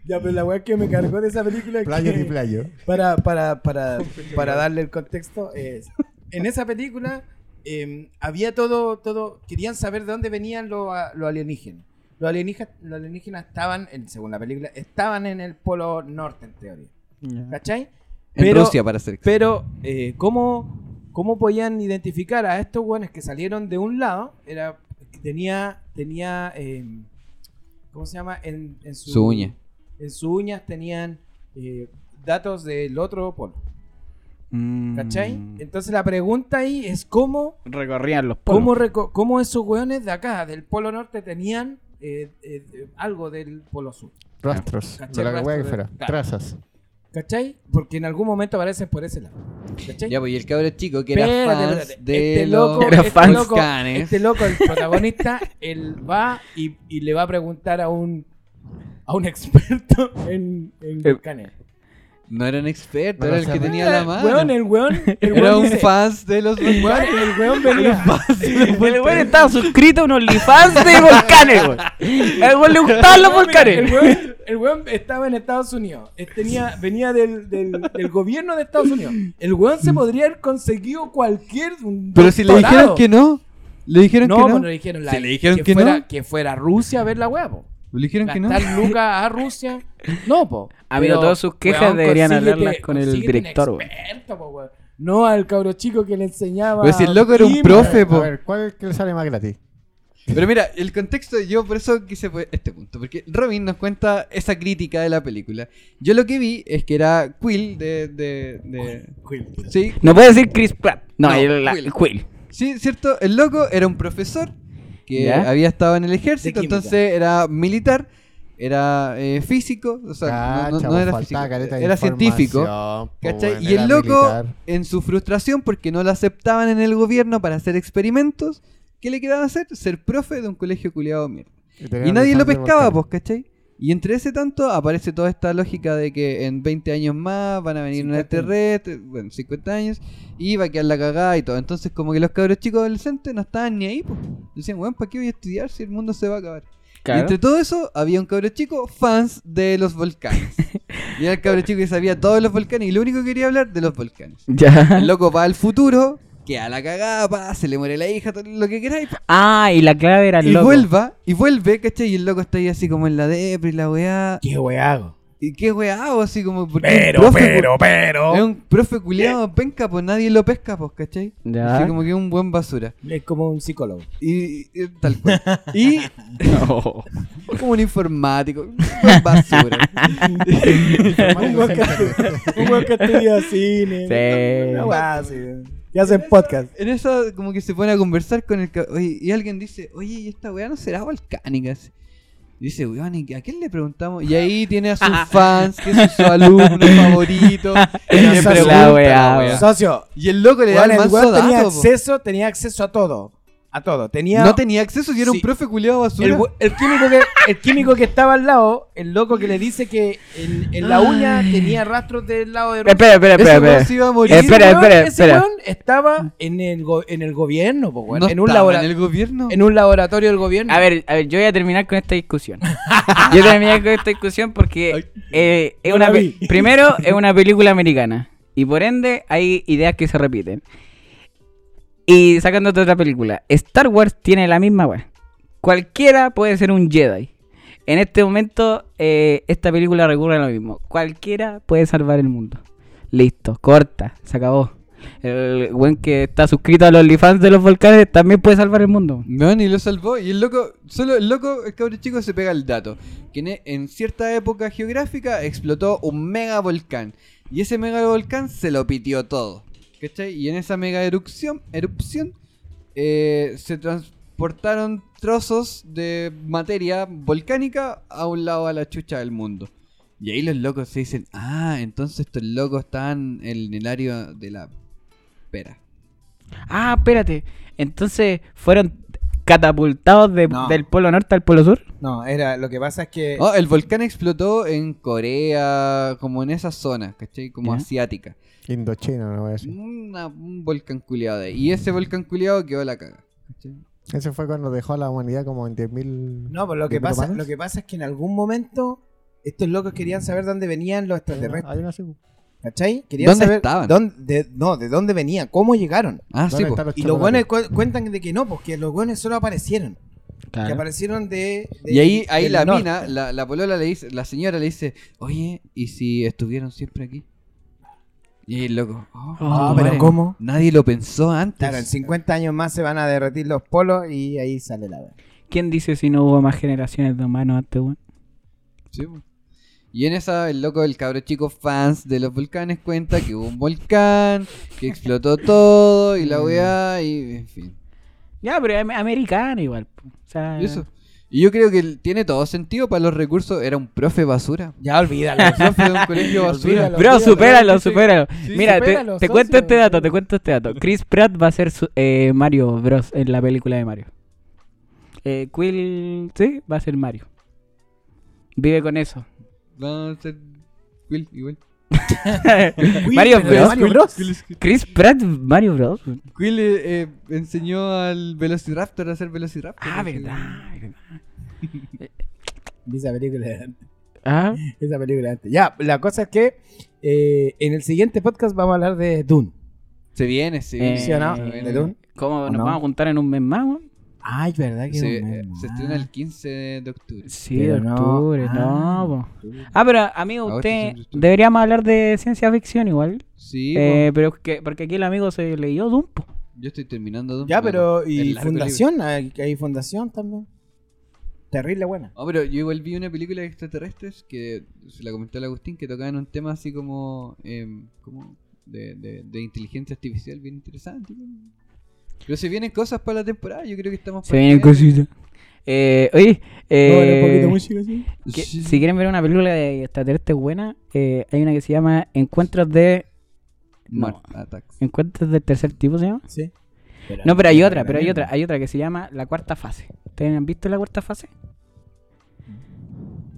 E: Ya, pero la weá que me cargó de esa película es
A: Playo
E: que-
A: ni playo.
E: para, para, para, para darle el contexto, es, en esa película eh, había todo, todo, querían saber de dónde venían los, a- los alienígenas. Los alienígenas, los alienígenas estaban, en, según la película, estaban en el polo norte, en teoría. ¿Cachai?
D: En
E: Pero-
D: Rusia, para ser...
E: Pero, eh, ¿cómo, ¿cómo podían identificar a estos buenos que salieron de un lado? Era que tenía, tenía eh, ¿cómo se llama? En, en su,
D: Su uña.
E: En sus uñas tenían eh, datos del otro polo,
B: Mm.
E: ¿cachai?
D: Mm.
E: Entonces la pregunta ahí es cómo,
B: Recorrían los
E: cómo,
B: polos.
E: reco- cómo esos hueones de acá, del polo norte, tenían eh, eh, eh, algo del polo sur.
A: Rastros.
E: Caché
A: De la
E: rastros
A: wea que
E: de-
A: fuera.
E: claro.
A: Trazas.
E: ¿Cachai? Porque en algún momento aparecen por ese lado. ¿Cachai?
D: Ya, pues, y el cabro chico que era
E: Espérate,
D: fans
E: espérate.
D: de
E: este
D: los...
E: loco,
B: Era
E: este
B: fans
E: loco,
D: canes.
E: este loco, el protagonista, él va y, y le va a preguntar a un a un experto en, en
B: Eh,
E: canes.
D: No era un experto,
A: No
D: era
A: lo
D: el que
A: sabía.
D: tenía la mano.
E: Weón, el weón, el weón
D: era un
E: dice,
D: fans de los
E: el weón, el weón venía.
B: El güey estaba suscrito a un OnlyFans de volcanes, güey. El güey le gustaban los
E: Ah, Mira, El
B: volcanes.
E: weón, el weón estaba en Estados Unidos. Eh, Tenía, venía del, del, del gobierno de Estados Unidos. El weón se podría haber conseguido cualquier. un
D: Pero si le dijeron
E: doctorado.
D: que no, le dijeron
E: No,
D: que
E: pues
D: no.
E: no le dijeron, la,
D: Si le dijeron
E: que,
D: que no.
E: fuera, que fuera a Rusia a ver la hueá, po.
D: Le dijeron que no.
E: gastar lucas a Rusia. No, po.
B: Amigo,
E: Pero,
B: todas sus quejas deberían hablarlas con el
E: consíguete un
B: director, weón.
E: experto, po, weón. No al cabro chico que le enseñaba.
D: Pero si el loco era un
E: química.
D: profe,
A: A
D: po.
A: ver, ¿cuál es el que le sale más gratis?
D: Pero mira, el contexto, yo por eso quise poner este punto, porque Robin nos cuenta esa crítica de la película. Yo lo que vi es que era Quill de... de, de- Sí,
B: No puede decir Chris Pratt. No,
D: No,
B: el, la-
D: Quill.
B: Quill.
D: sí, cierto, el loco era un profesor que
B: ¿Ya?
D: había estado en el ejército,
E: De química.
D: entonces era militar, era eh, físico, o sea,
C: Ah,
D: no, no- no
C: chavo,
D: era
C: faltaba
D: físico,
C: caleta de
D: era científico.
C: información, po,
D: ¿Cachai?
C: weón,
D: y
C: era
D: el loco,
C: militar.
D: en su frustración porque no lo aceptaban en el gobierno para hacer experimentos, ¿qué le quedaban hacer? Ser profe de un colegio culiado mierda.
C: tenía
D: Y nadie lo
C: Alexander
D: pescaba,
C: Volcán.
D: pues, ¿cachai? Y entre ese tanto aparece toda esta lógica de que en 20 años más van a venir un
E: 50 años.
D: extraterrestre, bueno, 50 años, y va a quedar la cagada y todo. Entonces, como que los cabros chicos adolescentes no estaban ni ahí, pues. Decían, bueno, ¿para qué voy a estudiar si el mundo se va a acabar? Y entre todo eso, había un cabro chico fans de los volcanes. y era el cabro chico que sabía todos los volcanes y lo único que quería hablar de los volcanes.
B: Ya.
D: El loco va al futuro, queda la cagada, pa, se le muere la hija, todo lo que queráis, pa,
B: Ah, y la clave era el
D: y
B: loco.
D: vuelva, y vuelve, ¿cachai? Y el loco está ahí así como en la depre y la weá.
E: ¿Qué weá hago?
D: ¿Y qué weá? hago? Así como. porque un
E: Pero,
D: profe,
E: pero,
D: po-
E: pero.
D: Es un profe culiado penca, pues nadie lo pesca, pues, ¿cachai?
B: Ya.
D: Así como que es un buen basura.
E: Es como un psicólogo.
D: Y, y- tal cual. Y. Como un informático. Un buen basura.
E: un weón que- un weón que estudia cine.
B: Sí.
E: Una weá así. Y hacen podcast.
D: En eso, como que se pone a conversar con el. ca- Oye, y alguien dice, oye, ¿y esta weá no será volcánica? Así. Y Dice, weón, ¿y ¿a quién le preguntamos? Y ahí tiene a sus fans, que son sus alumnos favoritos. Y
E: Esa
D: le
E: es la
D: pregunta,
B: weá,
D: la
B: Ya.
E: Socio,
D: Y el loco le da el
E: weón, el
D: manso
E: weón tenía
D: dato. po.
E: acceso, tenía acceso a todo. A todo. Tenía.
D: No tenía acceso y era
E: Sí.
D: un profe culiado basura.
E: el, we- el químico que, el químico que estaba al lado, el loco que le dice que en, en la uña tenía rastros del lado de Rusia.
B: Espera, espera,
D: Ese
B: espera.
D: weón
B: espera.
D: se iba a morir.
E: Ese
B: espera,
E: weón-
B: espera,
E: ese
B: espera.
E: weón estaba en el, go- en el gobierno, po, weón,
D: No
E: en, un
D: estaba
E: labora-
D: en el gobierno.
E: en un laboratorio del gobierno.
B: A ver, a ver, yo voy a terminar con esta discusión. Yo voy a terminar con esta discusión porque eh, es
E: no
B: una
E: la
B: pe-
E: vi.
B: primero es una película americana y por ende hay ideas que se repiten. Y sacándote otra película, Star Wars tiene la misma weá. Cualquiera puede ser un Jedi. En este momento, eh, esta película recurre a lo mismo. Cualquiera puede salvar el mundo. Listo, corta, se acabó. El buen que está suscrito a los OnlyFans de los volcanes también puede salvar el mundo.
D: No, ni lo salvó. Y el loco, solo el loco, el cabrón chico se pega el dato. Que en, e, en cierta época geográfica explotó un mega volcán. Y ese mega volcán se lo pitió todo. ¿Cachai? Y en esa mega erupción, erupción eh, se transportaron trozos de materia volcánica a un lado a la chucha del mundo. Y ahí los locos se dicen, ah, entonces estos locos estaban en el área de la pera.
B: Ah, espérate. Entonces, ¿fueron catapultados de-
E: No.
B: del Polo Norte al Polo Sur?
E: No, era, lo que pasa es que.
D: No, Oh, el volcán explotó en Corea, como en esa zona, ¿cachai? Como
B: Ya.
D: asiática.
C: Indochina, no voy a decir.
D: Una- un volcán culiado de ahí. Y ese volcán culiado quedó la caga. ¿cachai?
C: Ese fue cuando dejó a la humanidad como en 10.000.
E: No, pues lo que,
C: ¿De
E: pasa,
C: propanos?
E: lo que pasa es que en algún momento estos locos querían saber dónde venían los extraterrestres.
C: Hay una así. ¿Dónde
E: ¿Cachai? Querían
D: ¿Dónde
E: saber
D: estaban?
E: dónde- de- no, de dónde venían, cómo llegaron.
D: Ah, sí, po.
C: están los
E: Y los buenos
C: chocolates?
E: cu- cuentan de que no, porque los buenos solo aparecieron. Que aparecieron de. de-
D: Y ahí, ahí
E: del
D: la
E: norte.
D: mina, la, la polola le dice, la señora le dice, oye, ¿y si estuvieron siempre aquí? Y el loco, "Oh,
B: Ah,
D: madre,
E: pero ¿cómo?
D: Nadie lo pensó antes.
E: Claro, en 50 años más se van a derretir los polos y ahí sale la verdad.
B: ¿Quién dice si no hubo más generaciones de humanos antes, weón?
D: Sí, po. Y en esa, el loco del cabro chico fans de los volcanes cuenta que hubo un volcán, que explotó todo y la
E: Mm.
D: weá, y en fin.
B: Ya, pero am- americano igual. po. O
E: Ah.
B: sea,
D: Y eso. Y yo creo que el- tiene todo sentido para los recursos. Era un profe basura.
E: Ya olvídalo.
D: Un profe de un colegio basura.
C: Olvídalo.
B: Bro,
C: Olvídalo,
B: supéralo,
C: que sí.
B: supéralo. Mira, te-
C: supéralo,
B: te,
C: socio.
B: cuento este dato, te cuento este dato. Chris Pratt va a ser su- eh, Mario Bros. en la película de Mario. Eh, Quill, sí, va a ser Mario. Vive con eso.
D: Va a ser Will, igual.
B: Mario
E: pero
B: Bros.
E: Mario Bros.
B: Chris Pratt, Mario Bros.
D: Will eh, eh, enseñó al Velociraptor a hacer Velociraptor.
B: Ah,
D: así.
B: verdad. verdad.
E: Vi Esa película de antes.
B: Ah.
E: Esa película de antes. Ya, la cosa es que eh, en el siguiente podcast vamos a hablar de Dune.
D: Se viene, se viene.
E: ¿Sí o no?
D: se
B: Eh,
D: viene.
E: ¿De Dune?
B: ¿Cómo
E: ¿O
B: nos
E: no?
B: vamos a juntar en un mes más, weón?
E: Ay, ¿verdad que
D: Se,
E: es un
D: eh,
E: mes
D: se
E: más?
D: estrena el 15 de octubre.
B: Sí,
E: Pero
B: de
E: no.
B: octubre,
E: Ah.
B: no. po. Ah, pero amigo,
D: Agosto,
B: usted
D: septiembre, octubre.
B: deberíamos hablar de ciencia ficción igual.
D: Sí,
B: Eh, pero es que, porque aquí el amigo se leyó Dumpo.
D: po. Yo estoy terminando. Doom,
E: Ya,
D: bueno,
E: pero. ¿Y
D: el largo
E: Fundación? Hay, hay Fundación también. Terrible buena.
D: No, Oh, pero yo igual vi una película de extraterrestres que se la comentó el Agustín que tocaban un tema así como, em, como de, de- de inteligencia artificial bien interesante. ¿no? Pero se vienen cosas para la temporada, yo creo que estamos
B: Se vienen cositas. Eh, oye, eh,
E: sí.
B: que-
D: Sí.
B: si quieren ver una película de extraterrestres buena, eh, hay una que se llama Encuentros de. No.
D: Mart Attacks.
B: ¿Encuentros del tercer tipo se llama?
E: Sí.
B: No, pero hay otra, pero hay otra, hay otra que se llama La Cuarta Fase. ¿Ustedes han visto La Cuarta Fase?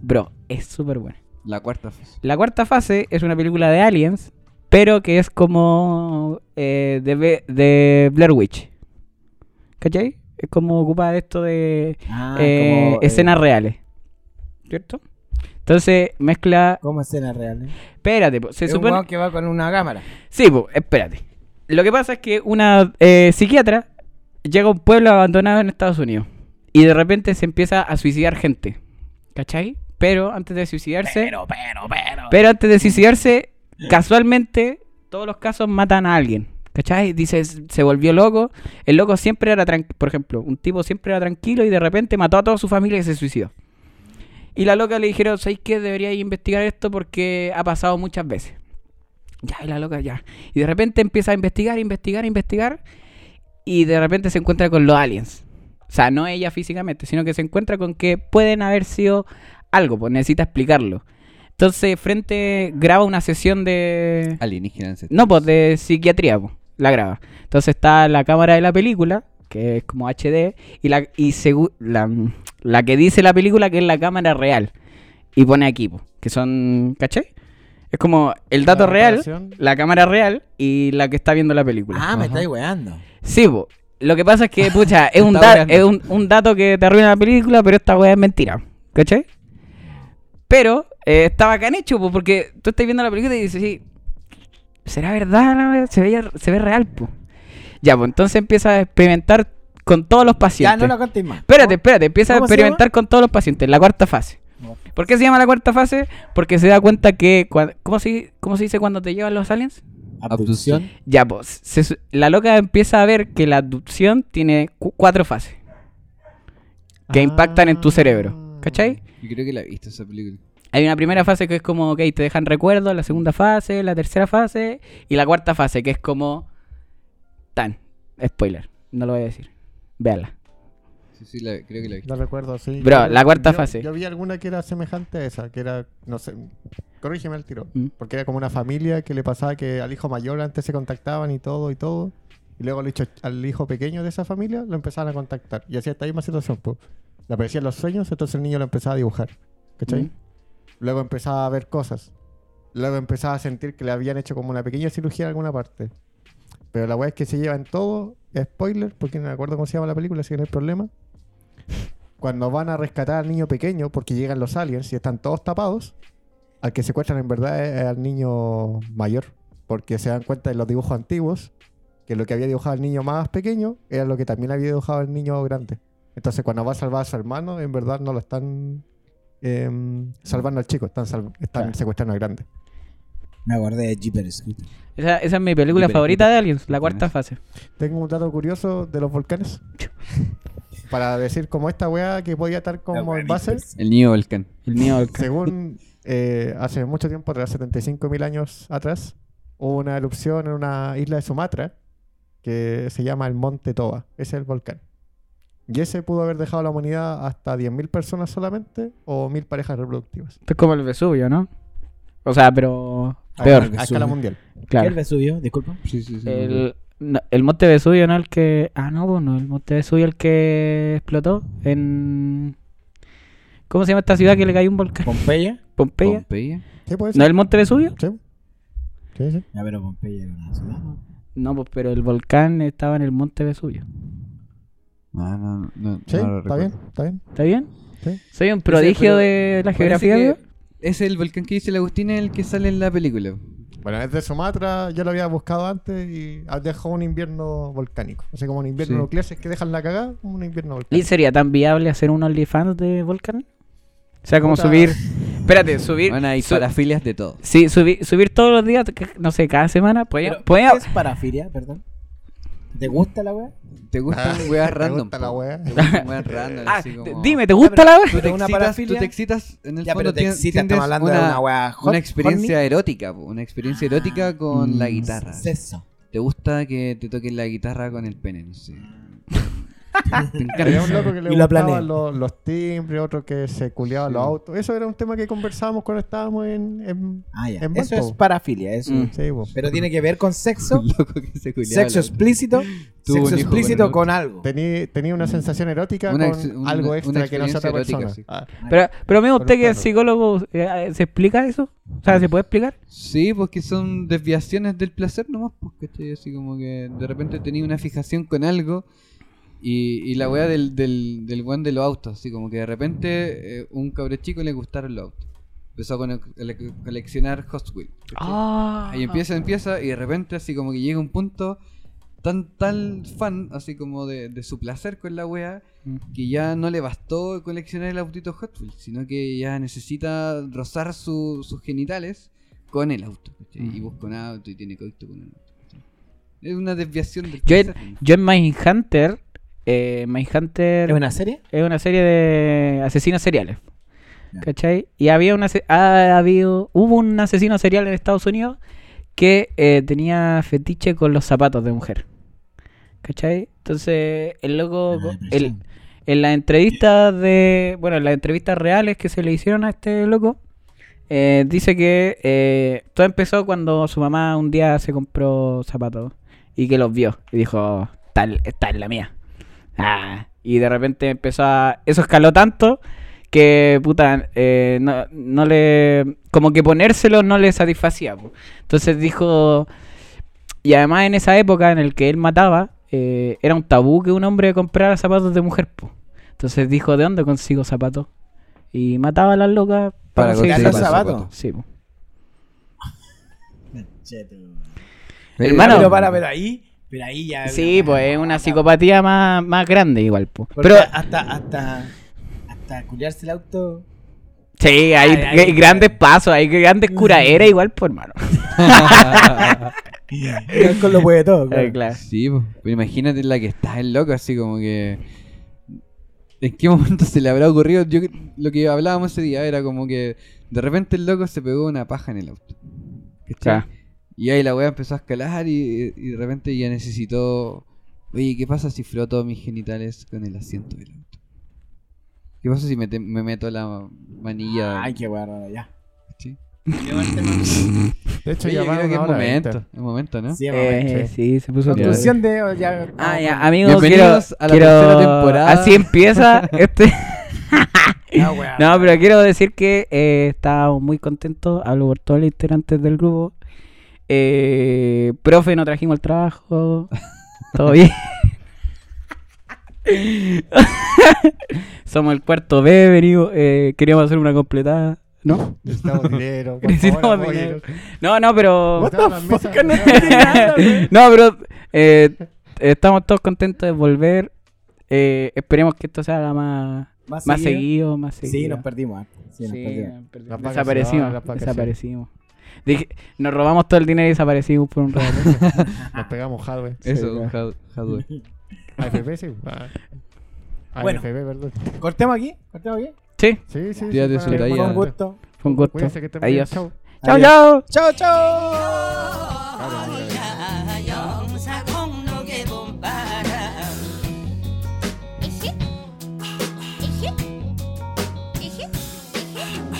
B: Bro, es súper buena.
D: La cuarta fase.
B: La Cuarta Fase es una película de aliens, pero que es como eh, de, Be- de Blair Witch. ¿Cachai? Es como ocupa de esto de
E: Ah,
B: eh,
E: como, eh,
B: escenas reales. ¿Cierto? Entonces mezcla...
E: Como escenas reales.
B: Espérate, po, se
E: es un
B: supone...
E: weón que va con una cámara.
B: Sí, po, espérate. Lo que pasa es que una eh, psiquiatra llega a un pueblo abandonado en Estados Unidos y de repente se empieza a suicidar gente. ¿Cachai? Pero antes de suicidarse. Pero, pero, pero. Pero antes de suicidarse, casualmente, todos los casos matan a alguien. ¿Cachai? Dice, se volvió loco. El loco siempre era tranquilo. Por ejemplo, un tipo siempre era tranquilo y de repente mató a toda su familia y se suicidó. Y la loca le dijeron, ¿sabéis qué? Deberíais investigar esto porque ha pasado muchas veces. Ya, y la loca ya. Y de repente empieza a investigar, investigar, investigar. Y de repente se encuentra con los aliens. O sea, no ella físicamente, sino que se encuentra con que pueden haber sido algo, pues necesita explicarlo. Entonces, frente graba una sesión de.
D: Alienígena ancestral.
B: No, pues de psiquiatría, pues, la graba. Entonces está la cámara de la película, que es como HD, y la y segu- la, la que dice la película que es la cámara real. Y pone aquí, pues, que son, ¿cachai? Es como el dato real, la cámara real y la que está viendo la película.
E: Ah, me estáis weando.
B: Sí, po. Lo que pasa es que, pucha, es, un,
D: Está
B: da-
D: weando.
B: es un, un dato que te arruina la película, pero esta weá es mentira. ¿Cachai? Pero eh, está bacán hecho, po, porque tú estás viendo la película y dices, sí, ¿será verdad la weá? Se ve, se ve real, po. Ya, pues entonces empieza a experimentar con todos los
E: Ya,
B: pacientes.
E: no la contéis más.
B: Espérate, espérate, empieza a
E: ¿Cómo se llama?
B: experimentar con todos los pacientes, la cuarta fase. ¿Por qué se llama la cuarta fase? Porque se da cuenta que... cua- ¿Cómo se, ¿Cómo se dice cuando te llevan los aliens?
D: Abducción.
B: Ya, pues, se su- la loca empieza a ver que la abducción tiene cu- cuatro fases
E: Ah.
B: que impactan en tu cerebro. ¿Cachai?
D: Yo creo que la he visto esa película.
B: Hay una primera fase que es como, ok, te dejan recuerdos, la segunda fase, la tercera fase y la cuarta fase, que es como... Tan. Spoiler. No lo voy a decir. Véala.
D: Sí, sí, la- creo que la he visto.
A: No recuerdo, sí. Yo-
B: Bro, la cuarta
A: yo-
B: fase.
A: Yo vi alguna que era semejante a esa, que era, no sé, corrígeme el tiro.
B: Mm.
A: Porque era como una familia que le pasaba que al hijo mayor antes se contactaban y todo y todo. Y luego al hijo, al hijo pequeño de esa familia lo empezaban a contactar. Y hacía esta misma situación, pues. Le aparecían los sueños, entonces el niño lo empezaba a dibujar. ¿Cachai?
B: Mm.
A: Luego empezaba a ver cosas. Luego empezaba a sentir que le habían hecho como una pequeña cirugía en alguna parte. Pero la weá es que se llevan todo, spoiler, porque no me acuerdo cómo se llama la película, así que no hay problema. Cuando van a rescatar al niño pequeño, porque llegan los aliens y están todos tapados, al que secuestran en verdad es al niño mayor. Porque se dan cuenta de los dibujos antiguos que lo que había dibujado el niño más pequeño era lo que también había dibujado el niño grande. Entonces, cuando va a salvar a su hermano, en verdad no lo están em, salvando al chico, están, sal- están
B: Claro.
A: secuestrando al grande.
E: Me acordé de Jeeper Scooter.
B: Esa, esa es mi película
D: Dime,
B: favorita
D: dime.
B: de Aliens, la cuarta
D: Buenas.
B: fase.
A: Tengo un dato curioso de los volcanes. Para decir como esta wea que podía estar como en base,
D: El niño volcán.
B: El mío, el-
A: según eh, hace mucho tiempo, atrás, 75.000 años atrás, hubo una erupción en una isla de Sumatra que se llama el Monte Toba. Ese es el volcán. Y ese pudo haber dejado a la humanidad hasta 10.000 personas solamente o 1.000 parejas reproductivas.
B: esto es Pues como el Vesubio, ¿no? O sea, pero...
A: Ah, A-
B: Peor,
A: A, escala mundial.
E: ¿Qué
B: claro.
E: el Vesubio? Disculpa.
D: Sí, sí, sí.
B: El, no, el monte Vesubio, ¿no? El que... Ah, no, pues no, el monte Vesubio el que explotó en... ¿Cómo se llama esta ciudad que le cayó un volcán?
E: ¿Pompeya?
B: ¿Pompeya?
D: Pompeya.
A: ¿Sí puede
B: ¿No
A: ser?
B: el monte Vesubio?
A: Sí. Sí, sí.
E: Ya, pero Pompeya era una ciudad. ¿no?
B: No, pues pero el volcán estaba en el monte Vesubio.
D: Ah, no, no, no
A: Sí,
D: lo
A: está
D: recuerdo.
A: bien, está bien.
B: ¿Está bien?
A: Sí.
B: Soy un
D: Sí, pero
B: prodigio de la
D: Parece
B: geografía,
D: que
B: amigo.
D: Es el volcán que dice el Agustín, el que sale en la película.
A: Bueno, es de Sumatra, yo lo había buscado antes y ha- dejó un invierno volcánico. Así como un invierno
D: Sí.
A: nuclear, si es que dejan la cagada, un invierno
B: ¿Y
A: volcánico.
B: sería tan viable hacer un OnlyFans de volcán? O sea, como
A: Puta.
B: subir... Espérate, subir...
D: Van a ir
B: su-
D: parafilias de todo.
E: Pues
B: Sí, subir, subir todos los días, no sé, cada semana. Pues, Podía,
E: Pero,
B: podía-
E: ¿Qué es parafilia? Perdón. ¿Te gusta la weá?
D: Ah, ¿Te
E: Ah,
D: gustan weas
C: ¿te
D: random?
C: gusta la
D: po?
C: wea?
D: ¿Te gustan weas random?
B: Ah,
D: así
B: te-
D: como-
B: dime, ¿te gusta la wea?
D: Tú te,
E: Una
D: excitas, tú
E: parafilia.
D: te excitas en el
E: Ya,
D: fondo
E: pero te
D: tien-
E: excitas,
D: tiendes
E: estamos hablando de una weá Ah. hot,
D: una experiencia erótica, po, una experiencia erótica con la guitarra.
E: Sexo.
D: ¿Te gusta que te toquen la guitarra con el pene? No sé. Te
C: Había
D: encanta.
C: un loco que le
E: Y la planeé.
C: gustaban los, los timbres, otro que se culeaba los autos. Eso era un tema que conversábamos cuando estábamos en. en-
E: Ah, ya.
C: En
E: Eso
C: Bangkok.
E: es parafilia, eso.
B: Mm.
C: sí, po.
E: Pero tiene que ver con sexo,
D: Un loco que se culiaba
E: sexo
D: la-
E: explícito,
D: Tuvo
E: sexo
D: un hijo con
E: explícito
D: otro.
E: con algo.
C: Tenía, tenía una sensación erótica
D: Mm. Una
C: con
D: ex- un-
C: algo
D: una
C: extra que no sea otra
D: experiencia
C: persona.
D: erótica,
C: Ah,
B: Pero, pero mira
C: Con
B: usted
C: un
B: que es
C: perro.
B: psicólogo, eh, ¿se explica eso? O sea, ¿se puede explicar?
D: Sí, porque son desviaciones del placer nomás, porque estoy así como que de repente tenía una fijación con algo y, y la weá del, del, del weón de los autos, así como que de repente eh, un cabre chico le gustaron los autos. Empezó a cone- cole- coleccionar Hot Wheels. ¿cachai?
B: Ah.
D: Ahí empieza, empieza y de repente así como que llega un punto tan tal fan, así como de, de su placer con la wea,
B: Mm.
D: que ya no le bastó coleccionar el autito Hot Wheels, sino que ya necesita rozar su- sus genitales con el auto. ¿cachai?
B: Mm.
D: Y busca un auto y tiene coito con el auto. ¿cachai? Es una desviación del
B: Yo en,
D: placer.
B: Ah. yo en Mindhunter, eh, Mindhunter
E: ¿Es una serie?
B: es una serie de asesinos seriales.
E: Ya.
B: ¿Cachai? Y había una ase- ha habido, hubo un asesino serial en Estados Unidos que eh, tenía fetiche con los zapatos de mujer. ¿Cachai? Entonces, el loco,
E: Ah,
B: el-
E: impresión.
B: en las entrevistas de, bueno, en las entrevistas reales que se le hicieron a este loco, eh, dice que eh, todo empezó cuando su mamá un día se compró zapatos y que los vio y dijo, tal, esta es la mía. Ah, y de repente empezó a... Eso escaló tanto que, puta, eh, no, no le... Como que ponérselo no le satisfacía. po. Entonces dijo... Y además en esa época en el que él mataba, eh, era un tabú que un hombre comprara zapatos de mujer. po. Entonces dijo, ¿de dónde consigo zapatos? Y mataba a las locas
D: Para
B: conseguir
D: conseguir
E: los zapatos.
B: Sí, po.
D: Hermano.
E: Pero para, pero ahí, pero ahí ya.
B: Sí, pues es una
E: psicopatía
B: psicopatía más, más grande igual. po.
E: Porque
B: Pero
E: hasta, hasta, hasta culiarse el auto.
B: sí, hay,
E: Ay, ay,
B: hay grandes
E: ay.
B: pasos, hay grandes curaderas igual, pues hermano.
E: Con lo puede todo.
B: Eh,
E: claro.
B: claro.
D: Sí, po. pero imagínate en la que está el loco, así como que. ¿En qué momento se le habrá ocurrido? Yo lo que hablábamos ese día era como que de repente el loco se pegó una paja en el auto. ¿cachai?
B: Ya.
D: Y ahí la weá empezó a escalar y, y de repente ya necesitó. Oye, ¿qué pasa si froto mis genitales con el asiento del auto? ¿Qué pasa si me, te- me meto la manilla?
E: Ay, qué guarra, ya.
D: ¿cachai?
C: De hecho,
D: Oye,
C: ya
D: yo creo
C: van
D: que es
C: ahora
D: momento, es momento, ¿no?
E: Sí, mamá.
B: Eh, sí, se puso
E: Conclusión de. o Ya,
B: Ah, ya, amigos, quiero,
D: Bienvenidos a la
B: quiero-
D: tercera temporada.
B: Así empieza este.
E: Ah, weá.
B: No, pero quiero decir que eh, estábamos muy contentos. Hablo por todos los integrantes del grupo. Eh, profe, no trajimos el trabajo. Todo bien. Somos el cuarto B, venimos, eh, queríamos hacer una completada, ¿no?
C: Necesitamos dinero. por
B: Necesitamos
C: favor, apoyen.
B: dinero. No, no, pero...
C: Necesitamos las mesas, necesitamos-
B: no, pero eh, estamos todos contentos de volver. Eh, esperemos que esto sea la más,
E: Más,
B: más
E: seguido.
B: seguido, más
E: Sí,
B: seguido.
E: nos perdimos. ah. Sí, nos
B: Sí,
E: perdimos.
B: nos
C: Las
B: perdimos.
C: vacaciones,
B: Desaparecimos,
C: las vacaciones.
B: desaparecimos. Dije, nos robamos todo el dinero y desaparecimos por un rato.
C: Nos pegamos hardware.
D: Eso,
B: Sí,
D: un hard- hardware.
C: AFP, sí. Ah.
E: Bueno.
C: AFP, perdón.
E: Cortemos aquí. Cortemos aquí.
B: sí,
C: Sí, sí.
D: Tírate
C: sí,
D: su
C: para-
D: talla.
E: Con
D: ya.
E: un gusto.
B: fue un gusto.
C: Cuídense que te
B: Adiós.
C: Chau.
B: Chao,
E: Adiós.
B: chao.
E: Chao, chao.
G: 영사 공록의 봄바람 이힛 이힛 이힛 이힛